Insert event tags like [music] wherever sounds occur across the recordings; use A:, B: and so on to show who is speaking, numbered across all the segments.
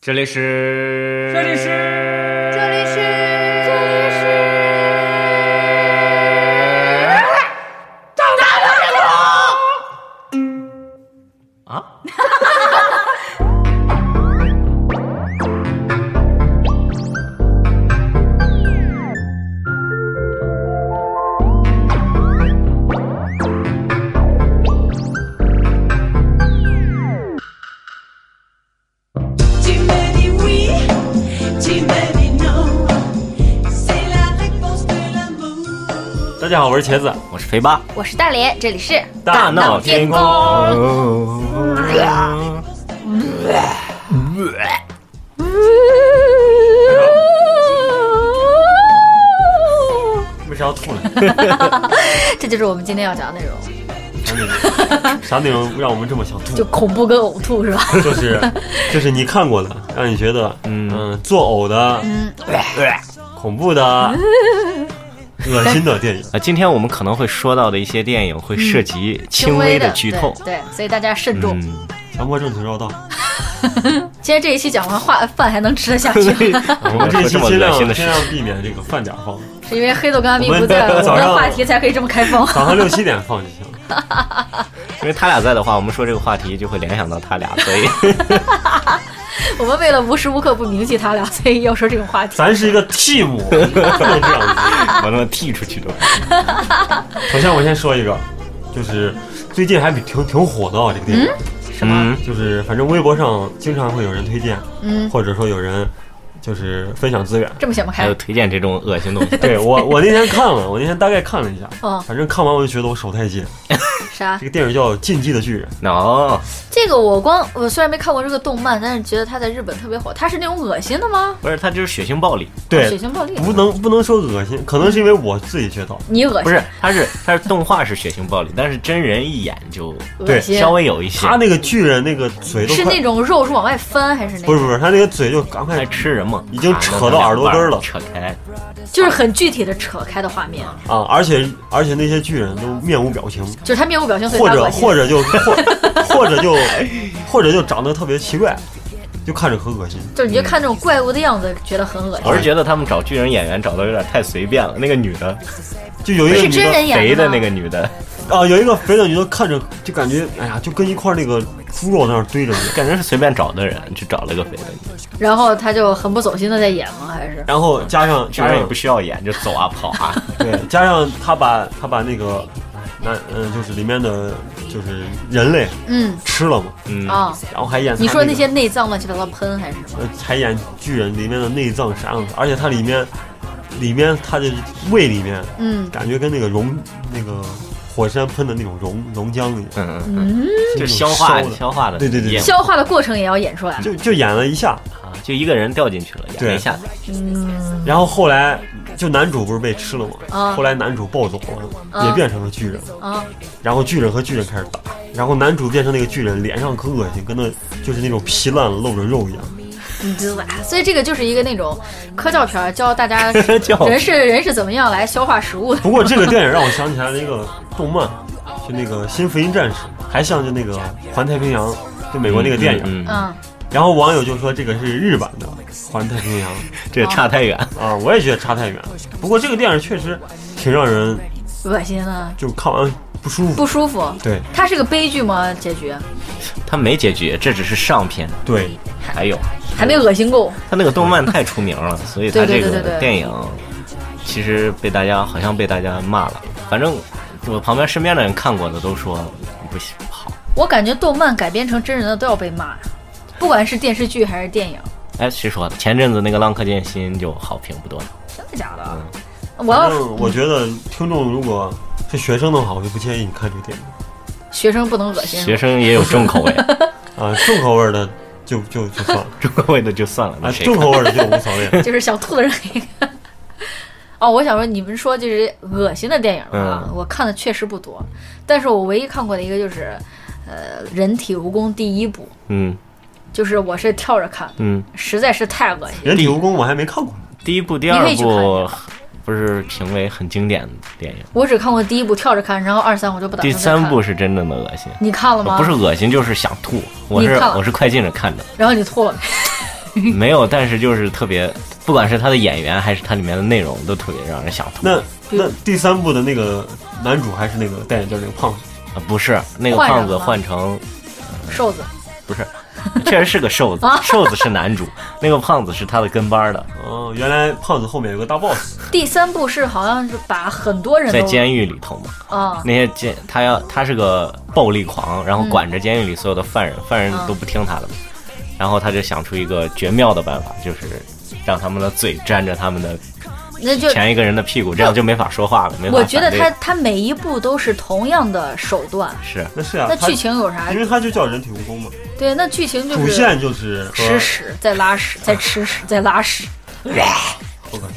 A: 这里是，这里是，
B: 这里是，这里是。
C: Tu me dis oui, tu me dis non. C'est la réponse de l'amour.
D: 大家好，我是茄子。
A: 我是肥八，
B: 我是大连，这里是
D: 大闹天宫 [laughs] 为啥要吐呢？
B: 这就是我们今天要讲的内容，
D: [laughs] 啥内容让我们这么想吐？
B: 就恐怖跟呕吐是吧？
D: 就是，就是你看过的，让你觉得，嗯作呕的，恐怖的，恶心的电影。
A: 啊，今天我们可能会说到的一些电影会涉及轻微的剧透，
B: 对，对所以大家慎重。
A: 嗯，
D: 强迫症请绕道。
B: 今天这一期讲完话，饭还能吃得下去，
D: [laughs] 我们这一期
A: 嗯这么
D: 尽量
A: 恶心的事
D: 尽量避免这个饭点儿放，
B: 是因为黑豆跟阿斌不在，
D: 我们
B: 我
D: 早
B: 们
D: 上
B: 的话题才可以这么开放。 [laughs]
D: 早上六七点放就行。
A: [laughs] 因为他俩在的话，我们说这个话题就会联想到他俩，所以 [laughs]
B: 我们为了无时无刻不铭记他俩，所以要说这种话题。
D: 咱是一个 [laughs] team，不能这样子。
A: 把他们踢出去都。
D: 首先我先说一个，就是最近还比挺挺火的啊，这个电影。
B: 什么？
D: 就是反正微博上经常会有人推荐，
B: 嗯，
D: 或者说有人就是分享资源。
B: 这么想不
A: 还
B: 开
A: 有？推荐这种恶心东
D: [laughs]
A: 西，
D: 对我，我那天看了，我那天大概看了一下，
B: 嗯
D: 反正看完我就觉得我手太紧。
B: 啥
D: 这？个电影叫《进击的巨人
A: 哦，
B: 这个我光我虽然没看过这个动漫，但是觉得他在日本特别火。他是那种恶心的吗？
A: 不是，他就是血腥暴力，》，
B: 血
D: 对，
B: 腥暴力。
D: 不能不能说恶心，可能是因为我自己觉得，
B: 你恶心？
A: 不是，他是他是动画是血腥暴力，但是真人一眼就
B: 恶心。
A: 稍微有一些
D: 他。那个巨人那个嘴都
B: 是
D: 快
B: 那，种肉是往外翻还是那？
D: 不是不是，他那个嘴就赶
A: 还
D: 快
A: 吃人吗？
D: 已经扯到耳朵根儿了
A: 扯开。
B: 就是很具体的扯开的画面，
D: 啊，而且而且那些巨人都面无表情，
B: 就是他面无表情，所以
D: 或
B: 他
D: 者
B: 恶心。
D: 或者就
B: [laughs]
D: 或或者就或者就长得特别奇怪，就看着很恶心。
B: 就
A: 嗯
B: 是你就看这种怪物的样子，觉得很恶心。
A: 我是觉得他们找巨人演员找的有点太随便了。那个女 [laughs] 的，
D: 就有一
B: 不
D: 个
B: 是
D: 女
B: 真
D: 的
B: 人演
A: 肥的
B: 吗
A: 哎那个女的，
D: 啊，有一个肥的女的看着就感觉哎呀，就跟一块那个猪肉在那儿堆着一样。
A: 感觉是随便找的人，去找了个肥的女的。
B: 然后他就很不走心的在演吗？还是
D: 然后加上
A: 巨
D: 加
A: 人也
D: 上
A: 不需要演，就走啊跑啊。 [laughs]
D: 对，
B: [laughs]
D: 加上他把他把那个男嗯、就是里面的就是人类
B: 嗯
D: 吃了嘛，
A: 嗯，
B: 啊、
D: 然后还演他
B: 你说
D: 那
B: 那
D: 个
B: 些内脏乱七八糟喷还是什么？
D: 呃还演巨人里面的内脏啥样子，而且它里面里面它的胃里面
B: 嗯，
D: 感觉跟那个熔那个火山喷的那种熔熔浆一样，
A: 嗯嗯嗯，就消
D: 那
A: 化
D: 种烧的
A: 消化的，
D: 对对对
A: 也
B: 消化的过程也要演出来。
D: 就就演了一下，
A: 啊，就一个人掉进去了，演了
D: 对
A: 一下子。
D: 然后后来就男主不是被吃了吗？
B: 啊
D: 后来男主暴走了，
B: 啊
D: 也变成了巨人，
B: 啊，
D: 然后巨人和巨人开始打，然后男主变成那个巨人，脸上可恶心，跟那就是那种皮烂了露着肉一样。 [laughs]
B: 你知道吧？所以这个嗯就是一个那种科教片儿，教大家
A: 教
B: 人是人是怎么样来消化食物的。
D: [laughs] 不过这个电影让我想起来了一个动漫，就那个《新福音战士》，还像就那个《环太平洋》，就美国那个电影。
A: 嗯，嗯
B: 嗯，
D: 然后网友就说这个是日版的《环太平洋》
A: 这个差太远。
D: 啊，我也觉得差太远了。不过这个电影确实挺让人
B: 恶心啊，
D: 就看完不舒服。
B: 不舒服。
D: 对
B: 它是个悲剧吗？结局
A: 他没结局，这只是上篇。
D: 对，
A: 还有，
B: 还没恶心够。
A: 他那个动漫太出名
B: [laughs]
A: 了，所以他
B: 对
A: 这
B: 对对对
A: 个
B: 对
A: 电影其实被大家好像被大家骂了。反正我旁边身边的人看过的都说不行不好。
B: 我感觉动漫改编成真人的都要被骂，不管是电视剧还是电影，
A: 哎，谁说的？前阵子那个《浪客剑心》就好评不多，
B: 真的假的？
A: 嗯
B: 我
D: 反
B: 要
D: 正我觉得听众如果是学生的话，我就不建议你看这个电影
B: 学生不能恶心，
A: 学生也有重口
B: [laughs]
A: 味，
D: 啊，重口味的就就就算了
A: 重口味的就算了，那
D: 啊，
A: 谁
D: 重
A: 看 [laughs]
D: 口味的就无所谓。
B: 就是想吐的人可以看。哦，我想说，你们说就是恶心的电影啊，
A: 嗯
B: 我看的确实不多，但是我唯一看过的一个就是，呃，《人体蜈蚣》第一部，
A: 嗯
B: 就是我是跳着看，
A: 嗯，
B: 实在是太恶心了。
D: 人体蜈蚣我还没看过呢，
A: 第一部、第
B: 你
A: 二
B: 可以去看一
A: 部不是评为很经典的电影，
B: 我只看过第一部跳着看，然后二三我就不打
A: 第
B: 算再看
A: 三
B: 了
A: 部哦是真正的恶心。
B: 你看了吗？
A: 不是，恶心，就是想吐。我
B: 你
A: 是
B: 看了
A: 我是快进着看的，
B: 然后你吐了。
A: 没有，但是就是特别，不管是他的演员还是它里面的内容，都特别让人想吐。
D: 那那第三部的那个男主还是那个戴眼镜那个胖子，
A: 啊不是那个
B: 换人
A: 胖子
B: 了
A: 换成
B: 瘦子
A: 不
B: [laughs]
A: 是，确实是个瘦
B: 啊
A: 子，瘦子是男主，那个胖子是他的跟班的，
D: 哦，原来胖子后面有个大 boss，
B: 第三部是好像是把很多人
A: 在
B: 都
A: 监狱里头嘛。
B: 啊、嗯
A: 那些监他要他是个暴力狂，然后管着监狱里所有的犯人，犯人都不听他的嘛。然后他就想出一个绝妙的办法，就是让他们的嘴沾着他们的
B: 那就
A: 前一个人的屁股，这样就没法说话了，没法反对。
B: 我觉得他他每一部都是同样的手段，
A: 是
D: 那是啊，
B: 那
D: 他
B: 剧情有啥
D: 因？为他就叫人体蜈蚣嘛，
B: 对，那剧情就
D: 主
B: 是
D: 线就是和
B: 吃屎再
A: [laughs]
B: 拉屎再吃屎再拉屎。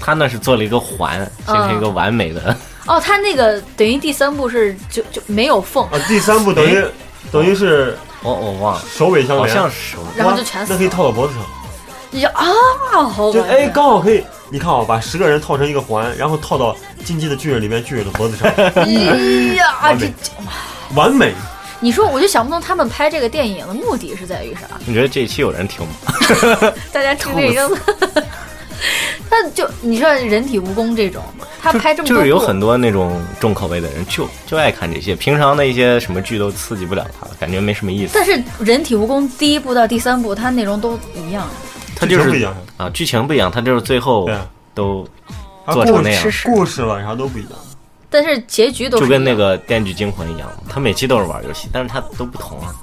A: 他那是做了一个环，形成
B: 嗯
A: 一个完美的。
B: 哦，他那个等于第三部是就就没有缝，
D: 啊第三部等于等于是
A: 我哦我忘了，
D: 首尾相
A: 哎好
D: 连，
A: 像是
B: 然后
D: 哇
B: 就全死
D: 那可以套到脖子上，
B: 你就啊，好
D: 就
B: 恶
D: 哎
B: 心。
D: 刚好可以，你看啊，把十个人套成一个环，然后套到进击的巨人里面巨人的脖
A: [laughs]
D: 子上，
B: 哎呀，
D: 完
B: 这
D: 美完美。
B: 你说我就想不通他们拍这个电影的目的是在于啥？
A: 你觉得这一期有人听吗？
B: 大家听这个， [laughs] 那就你说人体蜈蚣这种，他
A: 就
B: 拍这么多
A: 就是有
B: 部
A: 很多那种重口味的人就就爱看这些，平常的一些什么剧都刺激不了他，感觉没什么意思。
B: 但是《人体蜈蚣》第一部到第三部，它内容都一样，
A: 他就
D: 剧情
A: 是
D: 不一样
A: 啊，剧情不一样，他就是最后
D: 对啊
A: 都
D: 啊
A: 做成那样
B: 吃，屎，
D: 故事了啥都不一样，
B: 但是结局都是
A: 就跟
B: 一
A: 那
B: 样
A: 个《电锯惊魂》一样，他每期都是玩游戏，但是他都不同啊，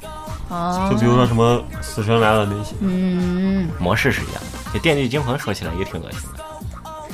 B: 啊
D: 就，比如说什么死神来了那些，
B: 嗯，
A: 模式是一样的。这《电锯惊魂》说起来也挺恶心的，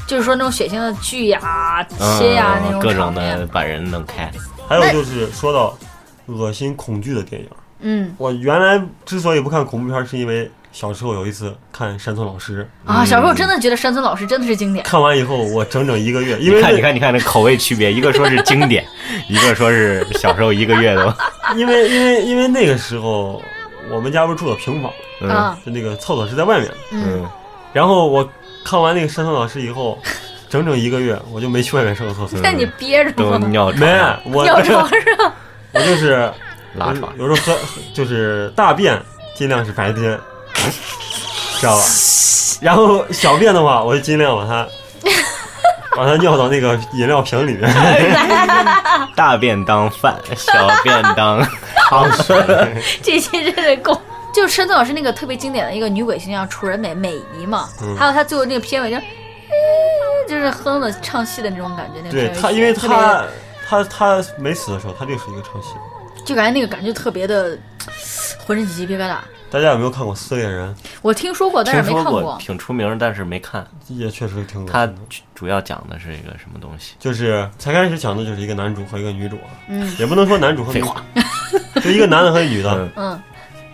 B: 就是说那种血腥的剧呀、切呀、那
A: 嗯，
B: 种
A: 各
B: 场
A: 种
B: 面，
A: 的把人弄开。
D: 还有就是说到恶心恐惧的电影，
B: 嗯
D: 我原来之所以不看恐怖片，是因为小时候有一次看山村老师，
B: 啊，小时候真的觉得山村老师真的是经典，
D: 看完以后我整整一个月，因
A: 你
D: 为
A: 看，
D: 那
A: 你看，你看，这口味区别，一个说是经
B: [laughs]
A: 典，一个说是小时候一个月都，
D: 因为因为因为那个时候我们家不是住的平房，
A: 嗯
B: 啊
D: 就那个厕所是在外面的，
B: 嗯，
A: 嗯，
D: 然后我看完那个山村老师以后，整整一个月我就没去外面上过厕所，
B: [laughs] 那你憋着
A: 都
B: [laughs] 吗？
A: 尿床
D: 没啊我
B: 尿床上，
D: 我就是
A: 拉床，
D: 嗯有时候喝 [laughs] 就是大便尽量是白天，知道吧？然后小便的话，我就尽量把
B: [laughs]
D: 它把它尿到那个饮料瓶里面。
A: 大便当饭，小便 [laughs] 当汤水。
B: 这些真的够。就山村老师那个特别经典的一个女鬼形象楚人美美姨嘛，还有她最后那个片尾就，哎就是哼了唱戏的那种感觉，那个
D: 对
B: 片尾
D: 他，
B: 曲
D: 因为
B: 特别
D: 他他他没死的时候，他就是一个唱戏。
B: 就感觉那个感觉特别的浑身起鸡皮疙瘩。
D: 大家有没有看过《撕裂人
B: 我听说过，但
A: 听
B: 是没
A: 说
B: 看
A: 过，嗯挺出名，但是没看。》？
D: 也确实挺恶心
A: 它
D: 的。
A: 主要讲的是一个什么东西？
D: 就是才开始讲的就是一个男主和一个女主，啊
B: 嗯
D: 也不能说男主和女
A: 废
D: 主
A: 话，
D: 就一个男的和一女的
A: 嗯。
B: 嗯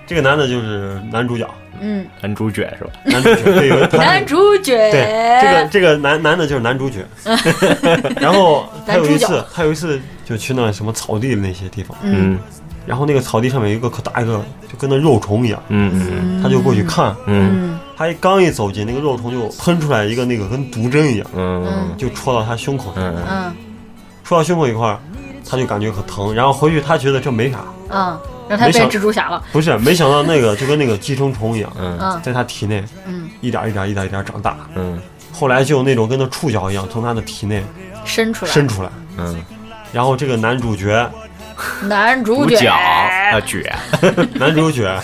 D: 这个男的就是男主角，
B: 嗯，
A: 男主角是吧？
D: 男主角对，有他
B: [laughs] 男主角
D: 嗯对，这
B: 哎
D: 个这个男男的就是男主角， [laughs] 然后他有一
B: 嗯 [laughs] 男主
D: 次，他有一次就去那什么草地的那些地方，
A: 嗯
D: 然后那个草地上面有一个可大一个，就跟那肉虫一样，
A: 嗯
D: 他就过去看，
A: 嗯
B: 嗯
D: 他一刚一走近，那个肉虫就喷出来一个那个跟毒针一样，
A: 嗯
D: 就戳到他胸口，
A: 嗯
B: 嗯
D: 戳到胸口一块儿，他就感觉可疼，然后回去他觉得这没啥，
B: 嗯，让他
D: 没
B: 变
D: 想
B: 蜘蛛侠了。
D: 不是，没想到那个就跟那个寄生虫一样，
A: 嗯
B: 嗯
D: [laughs] 在他体内
B: 嗯，
D: 一点儿一点儿一点儿一点儿长大，
A: 嗯
D: 后来就有那种跟那触角一样从他的体内
B: 伸出来。
D: 伸出来，
A: 嗯，
D: 然后这个男主
B: [laughs]
D: 角。
B: 男主
A: 主
B: 角
A: 角啊角，
D: 男主角，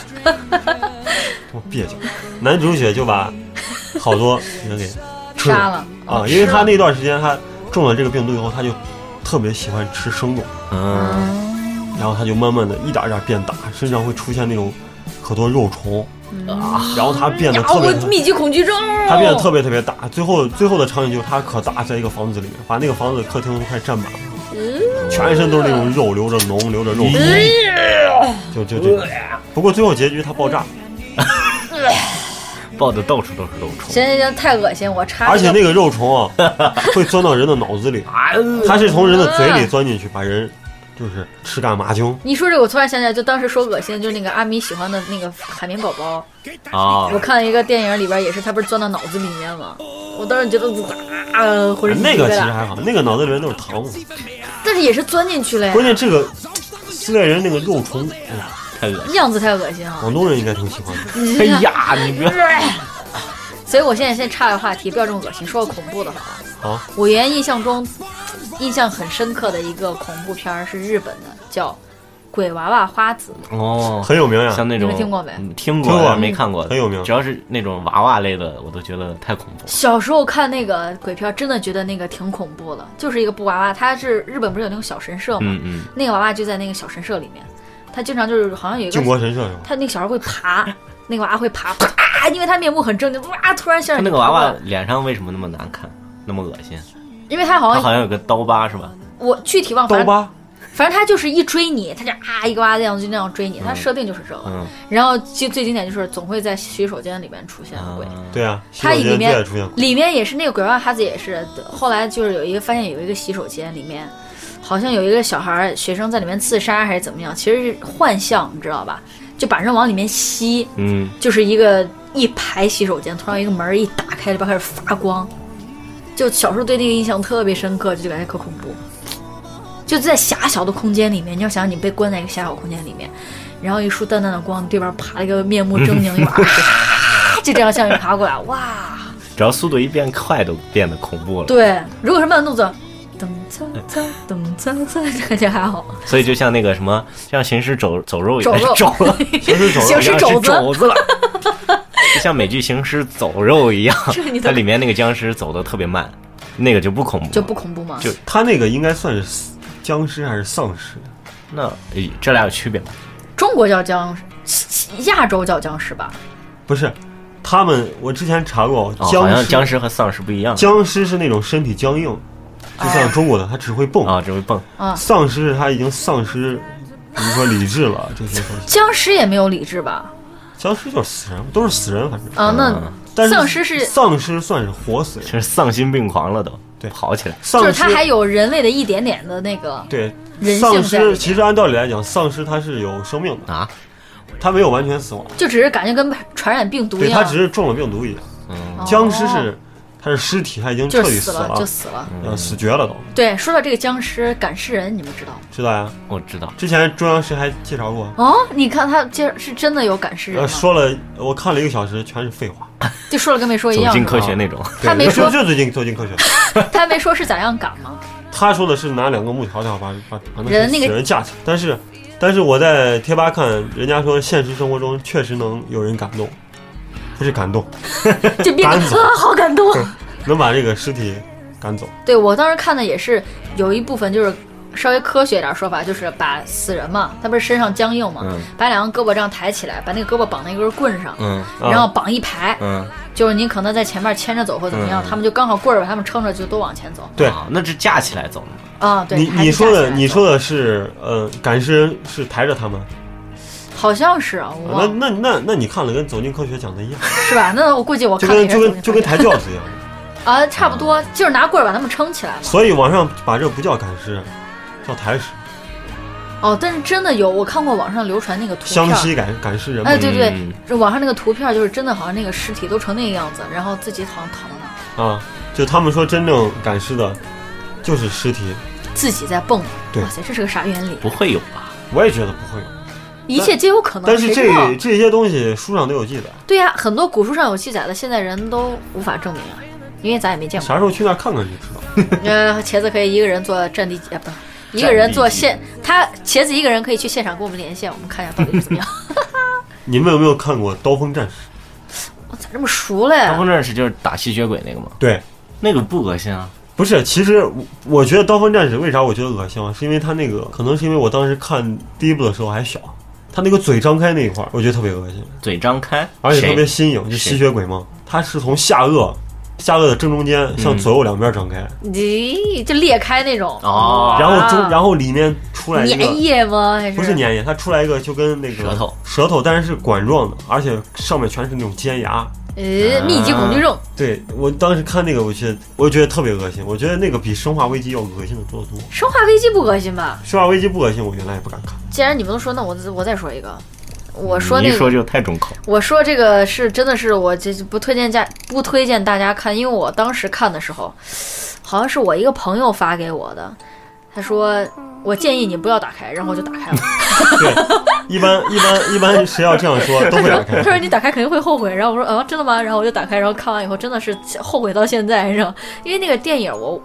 D: 我蹩脚，男主角就把好多人给吃
B: 杀了哦
D: 啊，因为他那段时间他中了这个病毒以后，他就特别喜欢吃生肉，
A: 嗯
D: 然后他就慢慢的一点一点变大，身上会出现那种可多肉虫，然后他变得
B: 呀，
D: 特别
B: 嗯我，密集恐惧症。啊
D: 他变得特别特别大，最后最后的场景就是他可大，在一个房子里面，把那个房子客厅都快占满了。
B: 嗯
D: 全身都是那种肉，流着脓，流着肉，
B: 哎
D: 就就就。不过最后结局他爆炸，
B: 哎
A: 嗯抱的到处都是肉虫。
B: 行行行，太恶心，我插
D: 而
B: 一
D: 且
B: 个。
D: 那个肉虫啊， [laughs] 会钻到人的脑子里，
A: 啊
D: 它是从人的嘴里钻进去，把人就是吃干抹净。
B: 你说这个，我突然想起来，就当时说恶心，就是那个阿米喜欢的那个海绵宝宝。
A: 啊
B: 我，看了一个电影里边也是，他不是钻到脑子里面吗？我当时觉得啊，浑身
D: 那
B: 鸡皮
D: 个
B: 疙
D: 其
B: 瘩
D: 实还好，那个脑子里面都是糖嘛。
B: 但是也是钻进去了呀
D: 关，键这个撕裂人那个肉虫，哎呀，
A: 太恶心。
B: 样子太恶心啊！
D: 广东人应该挺喜欢的。
A: 哎呀，你别，
B: 所以我现在先岔个话题，不要这么恶心，说个恐怖的好了。
D: 好，
B: 我原来印象中，印象很深刻的一个恐怖片儿是日本的，叫《鬼娃娃花子》。
A: [laughs] 哦，
D: 很有名呀
A: 像。那种
B: 你们听过没
A: 嗯听
D: 听
A: 过，
D: 过
A: 但没看过，
D: 很有名
A: 只要是那种娃娃类的，我都觉得太恐怖了。
B: 小时候看那个鬼片儿，真的觉得那个挺恐怖的，就是一个布娃娃，它是日本不是有那种小神社吗？
A: 嗯嗯，
B: 那个娃娃就在那个小神社里面，它经常就是好像有一
D: 靖
B: 个，
D: 国神社是吧？
B: 它那个小孩会爬，那个娃娃会爬，啪，因为它面目很狰狞，哇，突然向
A: 他
B: 着
A: 那
B: 你
A: 个娃
B: 扑过
A: 娃
B: 来，
A: 脸上为什么那么难看，那么恶心？
B: 因为它好
A: 他
B: 像
A: 好像有个刀疤是吧？
B: 我具体忘，反
D: 刀
B: 正
D: 疤，
B: 反正他就是一追你，他就啊一个娃的样子就那样追你，他设定就是这个。
A: 嗯
B: 然后最最经典就是总会在洗手间里面出现
A: 啊
B: 鬼，，
D: 对啊，洗手
B: 它里
D: 间最爱
B: 面
D: 出现鬼。
B: 里面也是那个鬼娃孩子也是，呃后来就是有一个发现有一个洗手间里面。好像有一个小孩儿学生在里面自杀还是怎么样，其实是幻象，你知道吧？就把人往里面吸，
A: 嗯，
B: 就是一个一排洗手间，突然一个门儿一打开，里边开始发光。就小时候对那个印象特别深刻，就感觉哎可恐怖。就在狭小的空间里面，你要想你被关在一个狭小空间里面，然后一束淡淡的光，对面爬了一个面目狰狞一娃，就这样向你爬过来，哇！
A: 只要速度一变快，都变得恐怖了。
B: 对，如果是慢动作，噔噌
D: 嗯
B: 噌噔噌噌， [laughs] 这感觉还好。
A: 所以就像那个什么，像行尸走走肉一样， [laughs]
B: 走
A: 走了，
D: 行尸走肉
B: [laughs] 行尸走肉
A: 肘子了， [laughs] 就像美剧《行尸走肉》一样
B: 这你，
A: 它
B: 怎么
A: 里面那个僵尸走的特别慢，那个就不恐怖了，
B: 就不恐怖吗？
A: 就
D: 他那个应该算是僵尸还是丧尸？
A: 那诶这俩有区别吗？
B: 中国叫僵尸，亚洲叫僵尸吧？
D: 不是，他们我之前查过，
A: 哦，好
D: 僵
A: 像
D: 尸
A: 僵尸和丧尸不一样
D: 僵尸是那种身体僵硬，就像中国的，他只会蹦。
A: 啊，只会蹦。
D: 丧尸是他已经丧失，比如说理智了，这些东西。
B: 僵尸也没有理智吧？
D: 僵尸就是死人，都是死人，反正。
B: 啊，
A: 嗯
B: 那
D: 但是
B: 丧尸是，
D: 丧尸算是活死人，
A: 这是丧心病狂了都，
D: 对
A: 跑起来。
B: 就
D: 丧
B: 是
D: 尸
B: 它还有人类的一点点的那个，
D: 对
B: 人性在里
D: 丧
B: 面
D: 尸，其实按道理来讲，丧尸它是有生命的，
A: 啊，
D: 它没有完全死亡，
B: 就只是感觉跟传染病毒
D: 对，
B: 一样，
D: 它只是中了病毒一样。
A: 嗯，
B: 哦
D: 僵尸是它是尸体，它已经彻
B: 就
D: 底
B: 死
D: 了，
B: 就死了。
D: 呃，死绝了都，
B: 对，说到这个僵尸赶尸人，你们知道吗？
D: 知道呀？
A: 我知道，
D: 之前中央视还介绍过，
B: 哦，你看他这是真的有赶尸人
D: 呃，
B: 吗？
D: 说了，我看了一个小时，全是废话。
B: 就说了跟没说一
A: 走
B: 样啊
A: 进
B: 是
A: 科
B: 吗。
A: 学那种。
B: 他没
D: 对就
B: 说，
D: 就最近走进科学，
B: 他没说是咋样赶
D: [laughs]
B: 吗？
D: 他说的是拿两个木条条把把把那
B: 人那
D: 死
B: 个
D: 人架起来，但是但是我在贴吧看，人家说现实生活中确实能有人感动，不是感动，
B: 就别
D: 赶走
B: 啊，好感动。
D: 能把这个尸体赶走。
B: 对我当时看的也是有一部分就是稍微科学一点说法，就是把死人嘛，他不是身上僵硬嘛，
A: 嗯
B: 把两个胳膊这样抬起来，把那个胳膊绑在一根棍上，
A: 嗯
D: 啊
B: 然后绑一排，
A: 嗯，
B: 就是你可能在前面牵着走或怎么样，
A: 嗯
B: 他们就刚好棍儿把他们撑着，就都往前走。
D: 对
A: 啊，那是架起来走吗？
B: 啊，对，
D: 你
B: 还是
D: 你说
B: 站起
D: 的
B: 来
D: 你
B: 走
D: 说的是呃，赶尸人是抬着他们，
B: 好像是啊，我
D: 那
B: 忘了
D: 那那那你看了跟走进科学讲的一样，
B: 是吧？那我估计我
D: 就
B: 看了
D: 跟
B: 也是
D: 就
B: 这么
D: 跟
B: 一
D: 就跟
B: 回
D: 抬轿子一样。
B: 事啊，差不多，就是拿棍儿把他们撑起来嘛。
D: 所以网上把这不叫赶尸，叫抬尸，
B: 哦，但是真的有，我看过网上流传那个图片
D: 湘
B: 儿。
D: 西赶赶尸人嘛。
B: 哎，对对
A: 嗯，
B: 这网上那个图片儿就是真的，好像那个尸体都成那个样子，然后自己好像躺在那儿，
D: 啊，就他们说真正赶尸的，就是尸体。
B: 自己在蹦。
D: 对
B: 哇塞，这是个啥原理？啊
A: 不会有吧？
D: 我也觉得不会有，
B: 一切皆有可能。
D: 但是
B: 谁知道
D: 这这些东西书上都有记载，
B: 对呀，很多古书上有记载的，现在人都无法证明啊，因为咱也没见过。
D: 啥时候去那儿看看就知道。
B: 呃，茄子可以一个人做战地，呃，不，一个人做现，他茄子一个人可以去现场跟我们连线，我们看一下到底是怎
D: [laughs]
B: 么样。
D: 你们有没有看过《刀锋战士》？
B: 我咋这么熟嘞？
A: 刀锋战士就是打吸血鬼那个吗？
D: 对，
A: 那个不恶心啊？
D: 不是，其实我我觉得《刀锋战士》为啥我觉得恶心啊？是因为他那个，可能是因为我当时看第一部的时候还小，他那个嘴张开那一块儿，我觉得特别恶心，
A: 嘴张开，
D: 而且特别
A: 谁
D: 新颖，就吸血鬼嘛，他是从下颚。下颚的正中间向左右两边张开，
B: 咦，就裂开那种，
A: 哦，
D: 然后中
B: 啊
D: 然后里面出来一个
B: 粘液吗？还是
D: 不是粘液，它出来一个就跟那个
A: 舌头，
D: 舌头，但是是管状的，而且上面全是那种尖牙。
B: 呃，密集恐惧症。
D: 对我当时看那个，我觉得我觉得特别恶心，我觉得那个比《生化危机》要恶心的多得多。《
B: 生化危机不恶心吧？
D: 生化危机》不恶心，我原来也不敢看。
B: 既然你们都说，那我我再说一个。我说
A: 你
B: 那
A: 一
B: 个，
A: 说就太重口。
B: 我说这个是真的是我这不推荐家不推荐大家看，因为我当时看的时候，好像是我一个朋友发给我的，他说我建议你不要打开，然后我就打开了。
D: 对，一
B: [laughs]
D: 般一般一般谁要这样说都
B: 他
D: 会
B: 说
D: 打
B: [laughs] 他
D: 开。
B: 说你打开肯定会后悔，然后我说啊真的吗？然后我就打开，然后看完以后真的是后悔到现在，然后因为那个电影我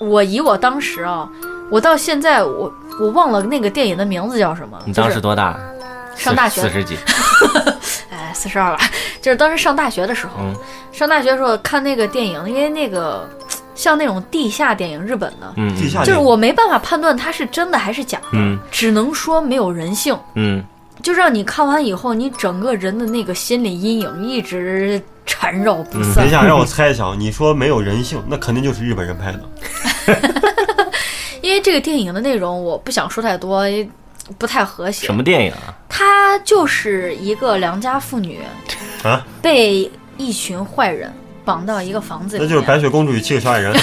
B: 我以我当时啊，我到现在我我忘了那个电影的名字叫什么，
A: 你当时
B: 就是
A: 多大？
B: 上大学
A: 四十几，
B: 哎，四十二了， [laughs] 就是当时上大学的时候，
A: 嗯
B: 上大学的时候看那个电影，因为那个像那种地下电影，日本的，
A: 嗯，
D: 地下
B: 就是我没办法判断它是真的还是假的，
A: 嗯
B: 只能说没有人性，
A: 嗯
B: 就让你看完以后，你整个人的那个心理阴影一直缠绕
A: 嗯
B: 不
D: 等
B: 散
D: 一。下，让我猜一下，你说没有人性，那肯定就是日本人拍的。
B: 因为这个电影的内容我不想说太多，因为不太和谐
A: 什。么电影啊？
B: 她就是一个良家妇女
D: 啊，
B: 被一群坏人绑到一个房子里
D: 那
B: 面，
D: 就是白雪公主与七个小矮
B: [laughs]
D: 人。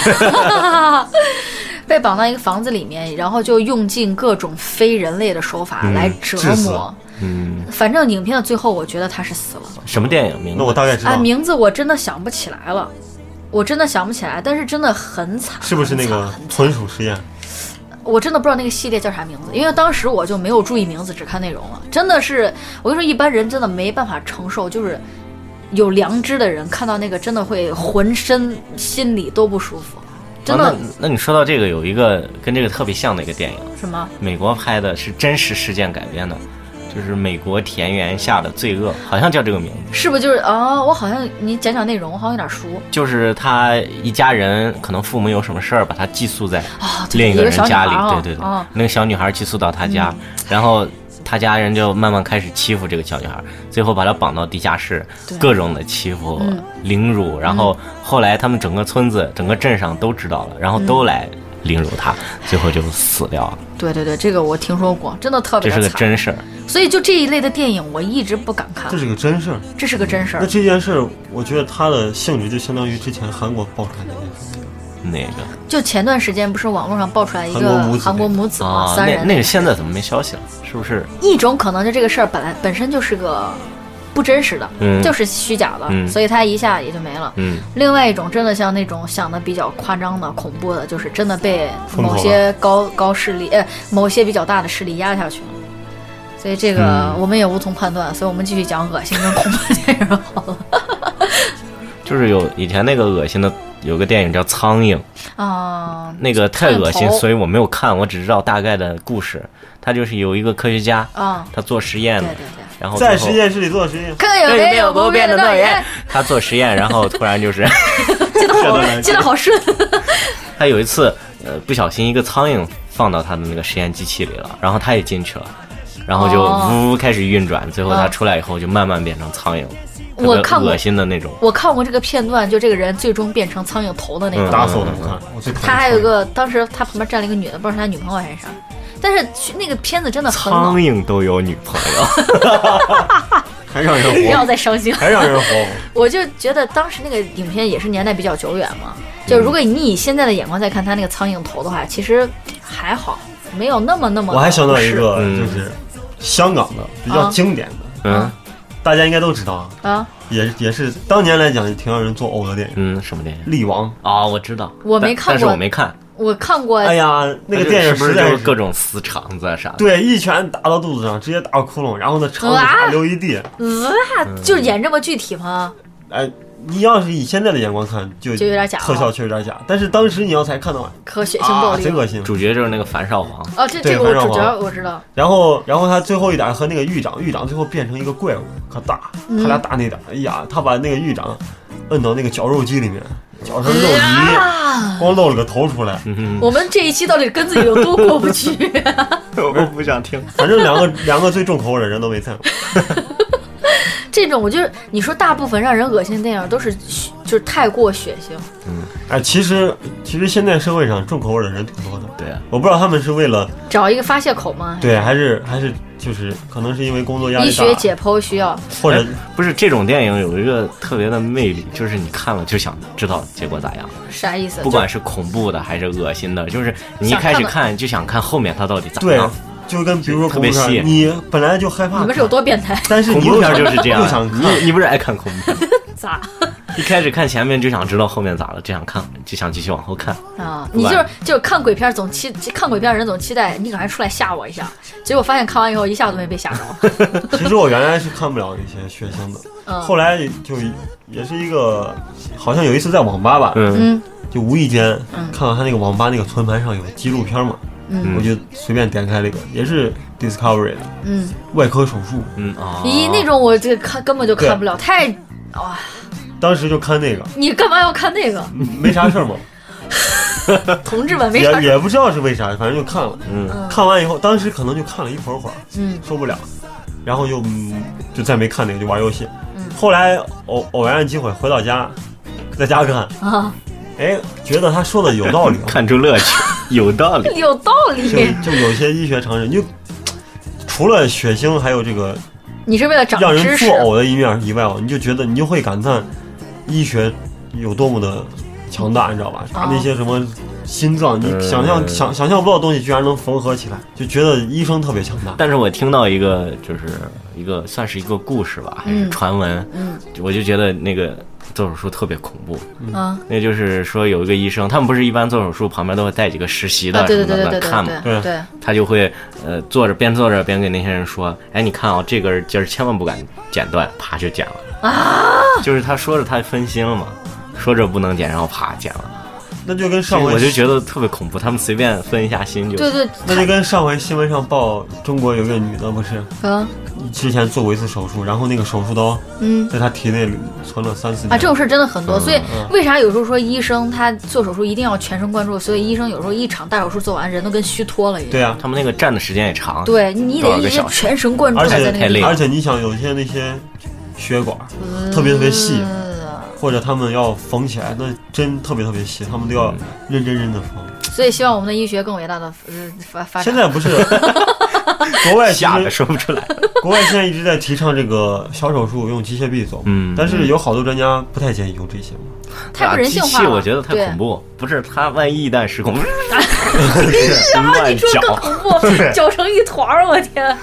B: 被绑到一个房子里面，然后就用尽各种非人类的手法来
D: 嗯
B: 折
D: 致死
B: 磨。
A: 嗯，
B: 反正影片的最后，我觉得他是死了。
A: 什么电影哦名字？
D: 那我大概知
B: 啊，
D: 道，
B: 名字我真的想不起来了，我真的想不起来，但是真的很惨。
D: 是不是那个
B: 很惨
D: 纯属实验？
B: 我真的不知道那个系列叫啥名字，因为当时我就没有注意名字，只看内容了。真的是，我跟你说，一般人真的没办法承受，就是有良知的人看到那个，真的会浑身心里都不舒服。真的、
A: 啊那那你说到这个，有一个跟这个特别像的一个电影，
B: 什么？
A: 美国拍的是真实事件改编的，就是美国田园下的罪恶，好像叫这个名字。
B: 是不是就是啊？我好像你讲讲内容，我好像有点熟
A: 就是他一家人可能父母有什么事儿，把他寄宿在
B: 啊。对
A: 另一个人
B: 小女
A: 家里，
B: 孩啊、嗯
A: 对对对，
B: 啊
A: 那个小女孩寄宿到他家，然后他家人就慢慢开始欺负这个小女孩，最后把她绑到地下室
B: 对，
A: 各种的欺负、
B: 嗯
A: 凌辱，然后后来他们整个村子、整个镇上都知道了，然后都来凌辱
B: 嗯
A: 她，最后就死掉了。
B: 对对对，这个我听说过，真的特
A: 这
B: 别
A: 是个
B: 惨。
A: 真事儿，
B: 所以就这一类的电影，我一直不敢看
D: 这，是个真事儿。
B: 这是个真事
D: 那
B: 儿。
D: 这件事儿，我觉得它的性质就相当于之前韩国爆出来的那件事。
A: 那个
B: 就前段时间不是网络上爆出来一
D: 韩国母
B: 个
D: 子
B: 韩国母子
A: 啊
B: 嘛，，三
A: 那
B: 人，
A: 那个现在怎么没消息了？是不是？
B: 一种可能就这个事儿本来本身就是个不真实的，
A: 嗯
B: 就是虚假的，
A: 嗯
B: 所以它一下也就没了。
A: 嗯，
B: 另外一种真的像那种想的比较夸张的、恐怖的，就是真的被
D: 疯
B: 某
D: 狂
B: 些高高势力、呃某些比较大的势力压下去了。所以这个我们也无从判断，所以我们继续讲恶心跟恐怖电影好了。
A: 就是有以前那个恶心的，有个电影叫《苍蝇》，
B: 啊、
A: 那个太恶
B: 探
A: 心，
B: 头
A: 所以我没有看，我只知道大概的故事。他就是有一个科学家，
B: 啊、
A: 他做实验
B: 对
A: 的，
B: 对对，
A: 然后
D: 在
A: 最后
D: 实验室里做实验，
B: 看有没有不变的诺言，
A: 他做实验，然后突然就是 [laughs]
B: 记
D: 这
B: 得
D: 都
B: 好，
D: 能
B: 记得好顺。
A: 他有一次呃不小心一个苍蝇放到他的那个实验机器里了，然后他也进去了，然后就
B: 哦
A: 呜呜开始运转，最后他
B: 啊
A: 出来以后就慢慢变成苍蝇，特
B: 我
A: 别
B: 看过
A: 恶心的那种。
B: 我看过这个片段，就这个人最终变成苍蝇头的那个。
A: 嗯
D: 打死我都不看。我最讨厌
B: 他还有一个，当时他旁边站了一个女的，不知道是他女朋友还是啥。但是去那个片子真的很
A: 苍
B: 冷，
A: 蝇都有女朋友，
D: 还让人
B: 不要
D: 活，
B: 再伤心了。
D: 还让人活，
B: 我就觉得当时那个影片也是年代比较久远嘛，
D: 嗯
B: 就如果你以现在的眼光再看他那个苍蝇头的话，其实还好，没有那么那么。
D: 我还想到一个，
A: 嗯
D: 就是香港的比较经典的，
A: 嗯
D: 大家应该都知道啊，
B: 啊，
D: 也也是当年来讲挺让人作呕的电影
A: 嗯，什么电
D: 《
A: 影？
D: 力王
A: 啊、我知道，
B: 我
A: 但
B: 没看
A: 但是
B: 过
A: 我没看。
B: 我看过》。
D: 哎呀，那个电
A: 是
D: 影
A: 不
D: 实
A: 是
D: 在
A: 就是
D: 是
A: 各种撕肠子啊啥的？
D: 对，一拳打到肚子上，直接打个窟窿，然后那肠子
B: 啊
D: 啥流一地。
B: 呃，就是演这么具体吗？
D: 哎，你要是以现在的眼光看，就
B: 就有点假了
D: 特效确实有点假。但是当时你要才看到，
B: 可血腥暴
D: 啊，
B: 力
D: 真恶心。
A: 主角就是那个樊少皇，
B: 哦，这
D: 啊对
B: 这个我
D: 反正
B: 主
D: 我
B: 角我知道，
D: 然后，然后他最后一打和那个狱长，狱长最后变成一个怪物，可大，
B: 嗯
D: 他俩打那打，哎呀，他把那个狱长摁到那个绞肉机里面，绞成肉
B: 哎
D: 泥，
B: 啊，
D: 光露了个头出
A: 嗯
D: 来。 [laughs]
B: 我们这一期到底跟自己有多过不去？ [laughs]
A: 我不想听。
D: 反正两个 [laughs] 两个最重口味的人都没在。
B: 这种我就是你说，大部分让人恶心的电影都是血就是太过血腥，
D: 哎，其实其实现在社会上重口味的人挺多的，
A: 对啊，
D: 我不知道他们是为了
B: 找一个发泄口嘛。
D: 对，还是还是就是可能是因为工作压
B: 医
D: 力大
B: 学，解哎剖需要，
D: 或者
A: 不是这种电影有一个特别的魅力，就是你看了就想知道结果咋样，
B: 啥意思？
A: 不管是恐怖的还是恶心的，就是你一开始看就想看后面它到底咋
D: 对
A: 样。，
D: 就跟比如说
A: 特
D: 恐
A: 别
D: 怖
A: 吸引
D: 片，你本来就害
B: 就
D: 怕，
B: 你们是有多变态？ [laughs]
D: 但是
A: 恐
D: 你
A: 怖
D: 又
A: 片 [laughs]
D: 想
A: 就是这样啊
D: 又想，看，
A: 你你不是爱看恐怖片？
B: 咋？
A: 一开始看前面就想知道后面咋了，就想看，就想继续往后看。
B: 啊，
D: 嗯
A: 不
B: 你就是
A: 然
B: 就是看鬼片儿总期看鬼片儿人总期待你赶快出来吓我一下，结果发现看完以后一下都没被
D: [laughs]
B: 吓着。
D: 其实我原来是看不了那些血腥的，
B: 嗯
D: 后来就也是一个，好像有一次在网吧吧，
A: 嗯
B: 嗯
D: 就无意间看到他那个网吧那个存盘上有纪录片嘛，
B: 嗯
D: 我就随便点开了一个，也是 Discovery 的
B: 嗯，
D: 外科手术，
A: 嗯啊，
B: 咦，那种我这个看根本就看不了，太哇、
D: 当时就看那个，
B: 你干嘛要看
D: [laughs]
B: 那个？
D: 没啥事儿嘛，
B: 同志 [laughs] 们没啥
D: 也也不知道是为啥，反正就看了。
A: 嗯，
D: 看完以后，当时可能就看了一会儿会儿，
B: 嗯
D: 受不了，然后就、嗯、就再没看那个，就玩游戏。
B: 嗯
D: 后来偶偶然的机会回到家，在家看，
B: 啊，
D: 哎，觉得他说的有道理
A: [laughs]
D: 啊
A: 看出乐趣，有道理。
B: 有道
D: 就
B: 理。
D: 就有些医学常识，你就除了血腥还有这个
B: 你是为了长
D: 让人
B: 知识
D: 作，呕的一面以外哦，你就觉得你就会感叹医学有多么的强大，你知道吧？
B: 啊
D: 把那些什么心脏，你
A: 嗯
D: 想象想想象不到的东西，居然能缝合起来，就觉得医生特别强大。
A: 但是我听到一个，就是一个算是一个故事吧，还是
B: 嗯
A: 传闻，
B: 嗯
A: 我就觉得那个做手术特别恐怖。
B: 啊
A: 那就是说有一个医生，他们不是一般做手术旁边都会带几个实习的
B: 啊，对对
A: 什么
B: 对对
A: 的
B: 对
A: 来看嘛，
B: 对对
D: 对
B: 对，
A: 他就会呃坐着边坐着边给那些人说，哎，你看啊、这根筋儿千万不敢剪断，啪就剪了啊，就是他说着他分心了嘛，说着不能剪，然后啪剪了，
D: 那就跟上回
A: 我就觉得特别恐怖，他们随便分一下心就
B: 对对
D: 那就跟上回新闻上报中国有一个女的不是
B: 啊
D: 之前做过一次手术，然后那个手术刀
B: 嗯。
D: 在她体内存了三四年。
B: 啊，这种事儿真的很多，
A: 嗯
B: 所以为啥有时候说医生他做手术一定要全神贯注？所以医生有时候一场大手术做完，人都跟虚脱了一样。
D: 对啊，
A: 他们那个站的时间也长，
B: 对你得
A: 多少
B: 一直
A: 个小时
B: 全
A: [laughs]
B: 神贯注
D: 而
B: 才
D: 且
B: 在那个地
A: 累
B: 方。
A: 了
D: 而且你想，有些那些血管特别特别细，
B: 嗯
D: 或者他们要缝起来，那针特别特别细，他们都
A: 嗯
D: 要认真认真的缝。
B: 所以希望我们的医学更伟大的呃发发展。
D: 现在
A: [laughs]
D: 不是国外其
A: 吓得
D: 实
A: 说不出来，
D: 国外现在一直在提倡这个小手术用机械臂做，
A: 嗯
D: 但是有好多专家不太建议用这些嘛。
B: 太不人性
A: 啊机
B: 化
A: 器
B: 了，
A: 我觉得太
B: 对哎
A: 恐。怖，不是他万一一旦
B: [laughs]
A: 失控， [laughs] 乱
B: 说更
A: 搅，
B: 恐 [laughs] 怖，搅成一团儿，我天！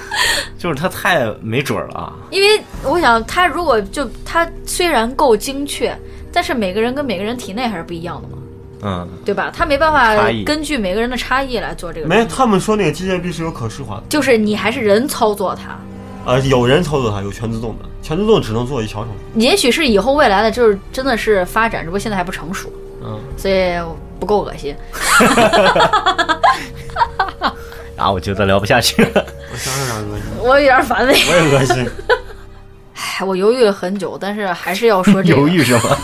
A: 就是他太没准儿了啊。
B: 因为我想，他如果就他虽然够精确，但是每个人跟每个人体内还是不一样的嘛，
A: 嗯，
B: 对吧？他没办法
A: 差异
B: 根据每个人的差异来做这个，
D: 没，他们说那个机械臂是有可视化的，
B: 就是你还是人操作它。
D: 呃，有人操作它，有全自动的，全自动只能做一小手术。
B: 也许是以后未来的，就是真的是发展，只不过现在还不成熟，
D: 嗯，
B: 所以不够恶心。
A: 啊，我觉得聊不下去 [laughs] 了。
D: 我想想啥恶心，
B: 我有点反胃， [laughs]
D: 我也
A: [laughs]
D: 恶心。
B: 哎我犹豫了很久，但是还是要说这
A: [laughs]
B: 个。
A: 犹豫什么？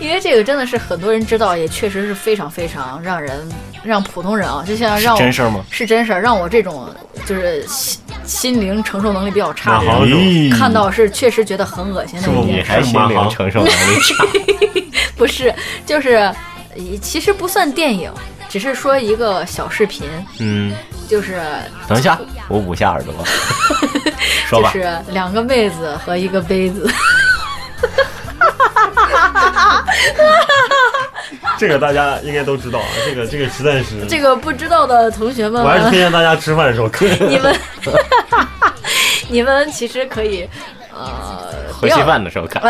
B: 因为这个真的是很多人知道，也确实是非常非常让人让普通人啊，就像让我
A: 真事儿吗？
B: 是真事儿，让我这种就是心心灵承受能力比较
A: 啊
B: 差的
D: 那好
B: 人
A: 嗯
D: 咦
B: 看到是确实觉得很恶心的一
A: 你
B: 件事。
A: 还心灵承受能力差？
B: 不是，就是呃其实不算电影，只是说一个小视频，
A: [laughs] 嗯，
B: 就是
A: 等一下，我捂下耳朵。
B: [laughs]
A: 说
B: 就
A: 吧，
B: 是两个妹子和一个杯子。 [laughs]
D: 这个大家应该都知道啊，这个这个实在是，
B: 这个不知道的同学们
D: 我还是推
B: 们，
D: 荐大家吃饭的时
A: [laughs]
D: 候看。
B: 你们 [laughs] 你们其实可以
A: [laughs]
B: 呃不
A: 回
B: 要
A: 稀饭的时候看。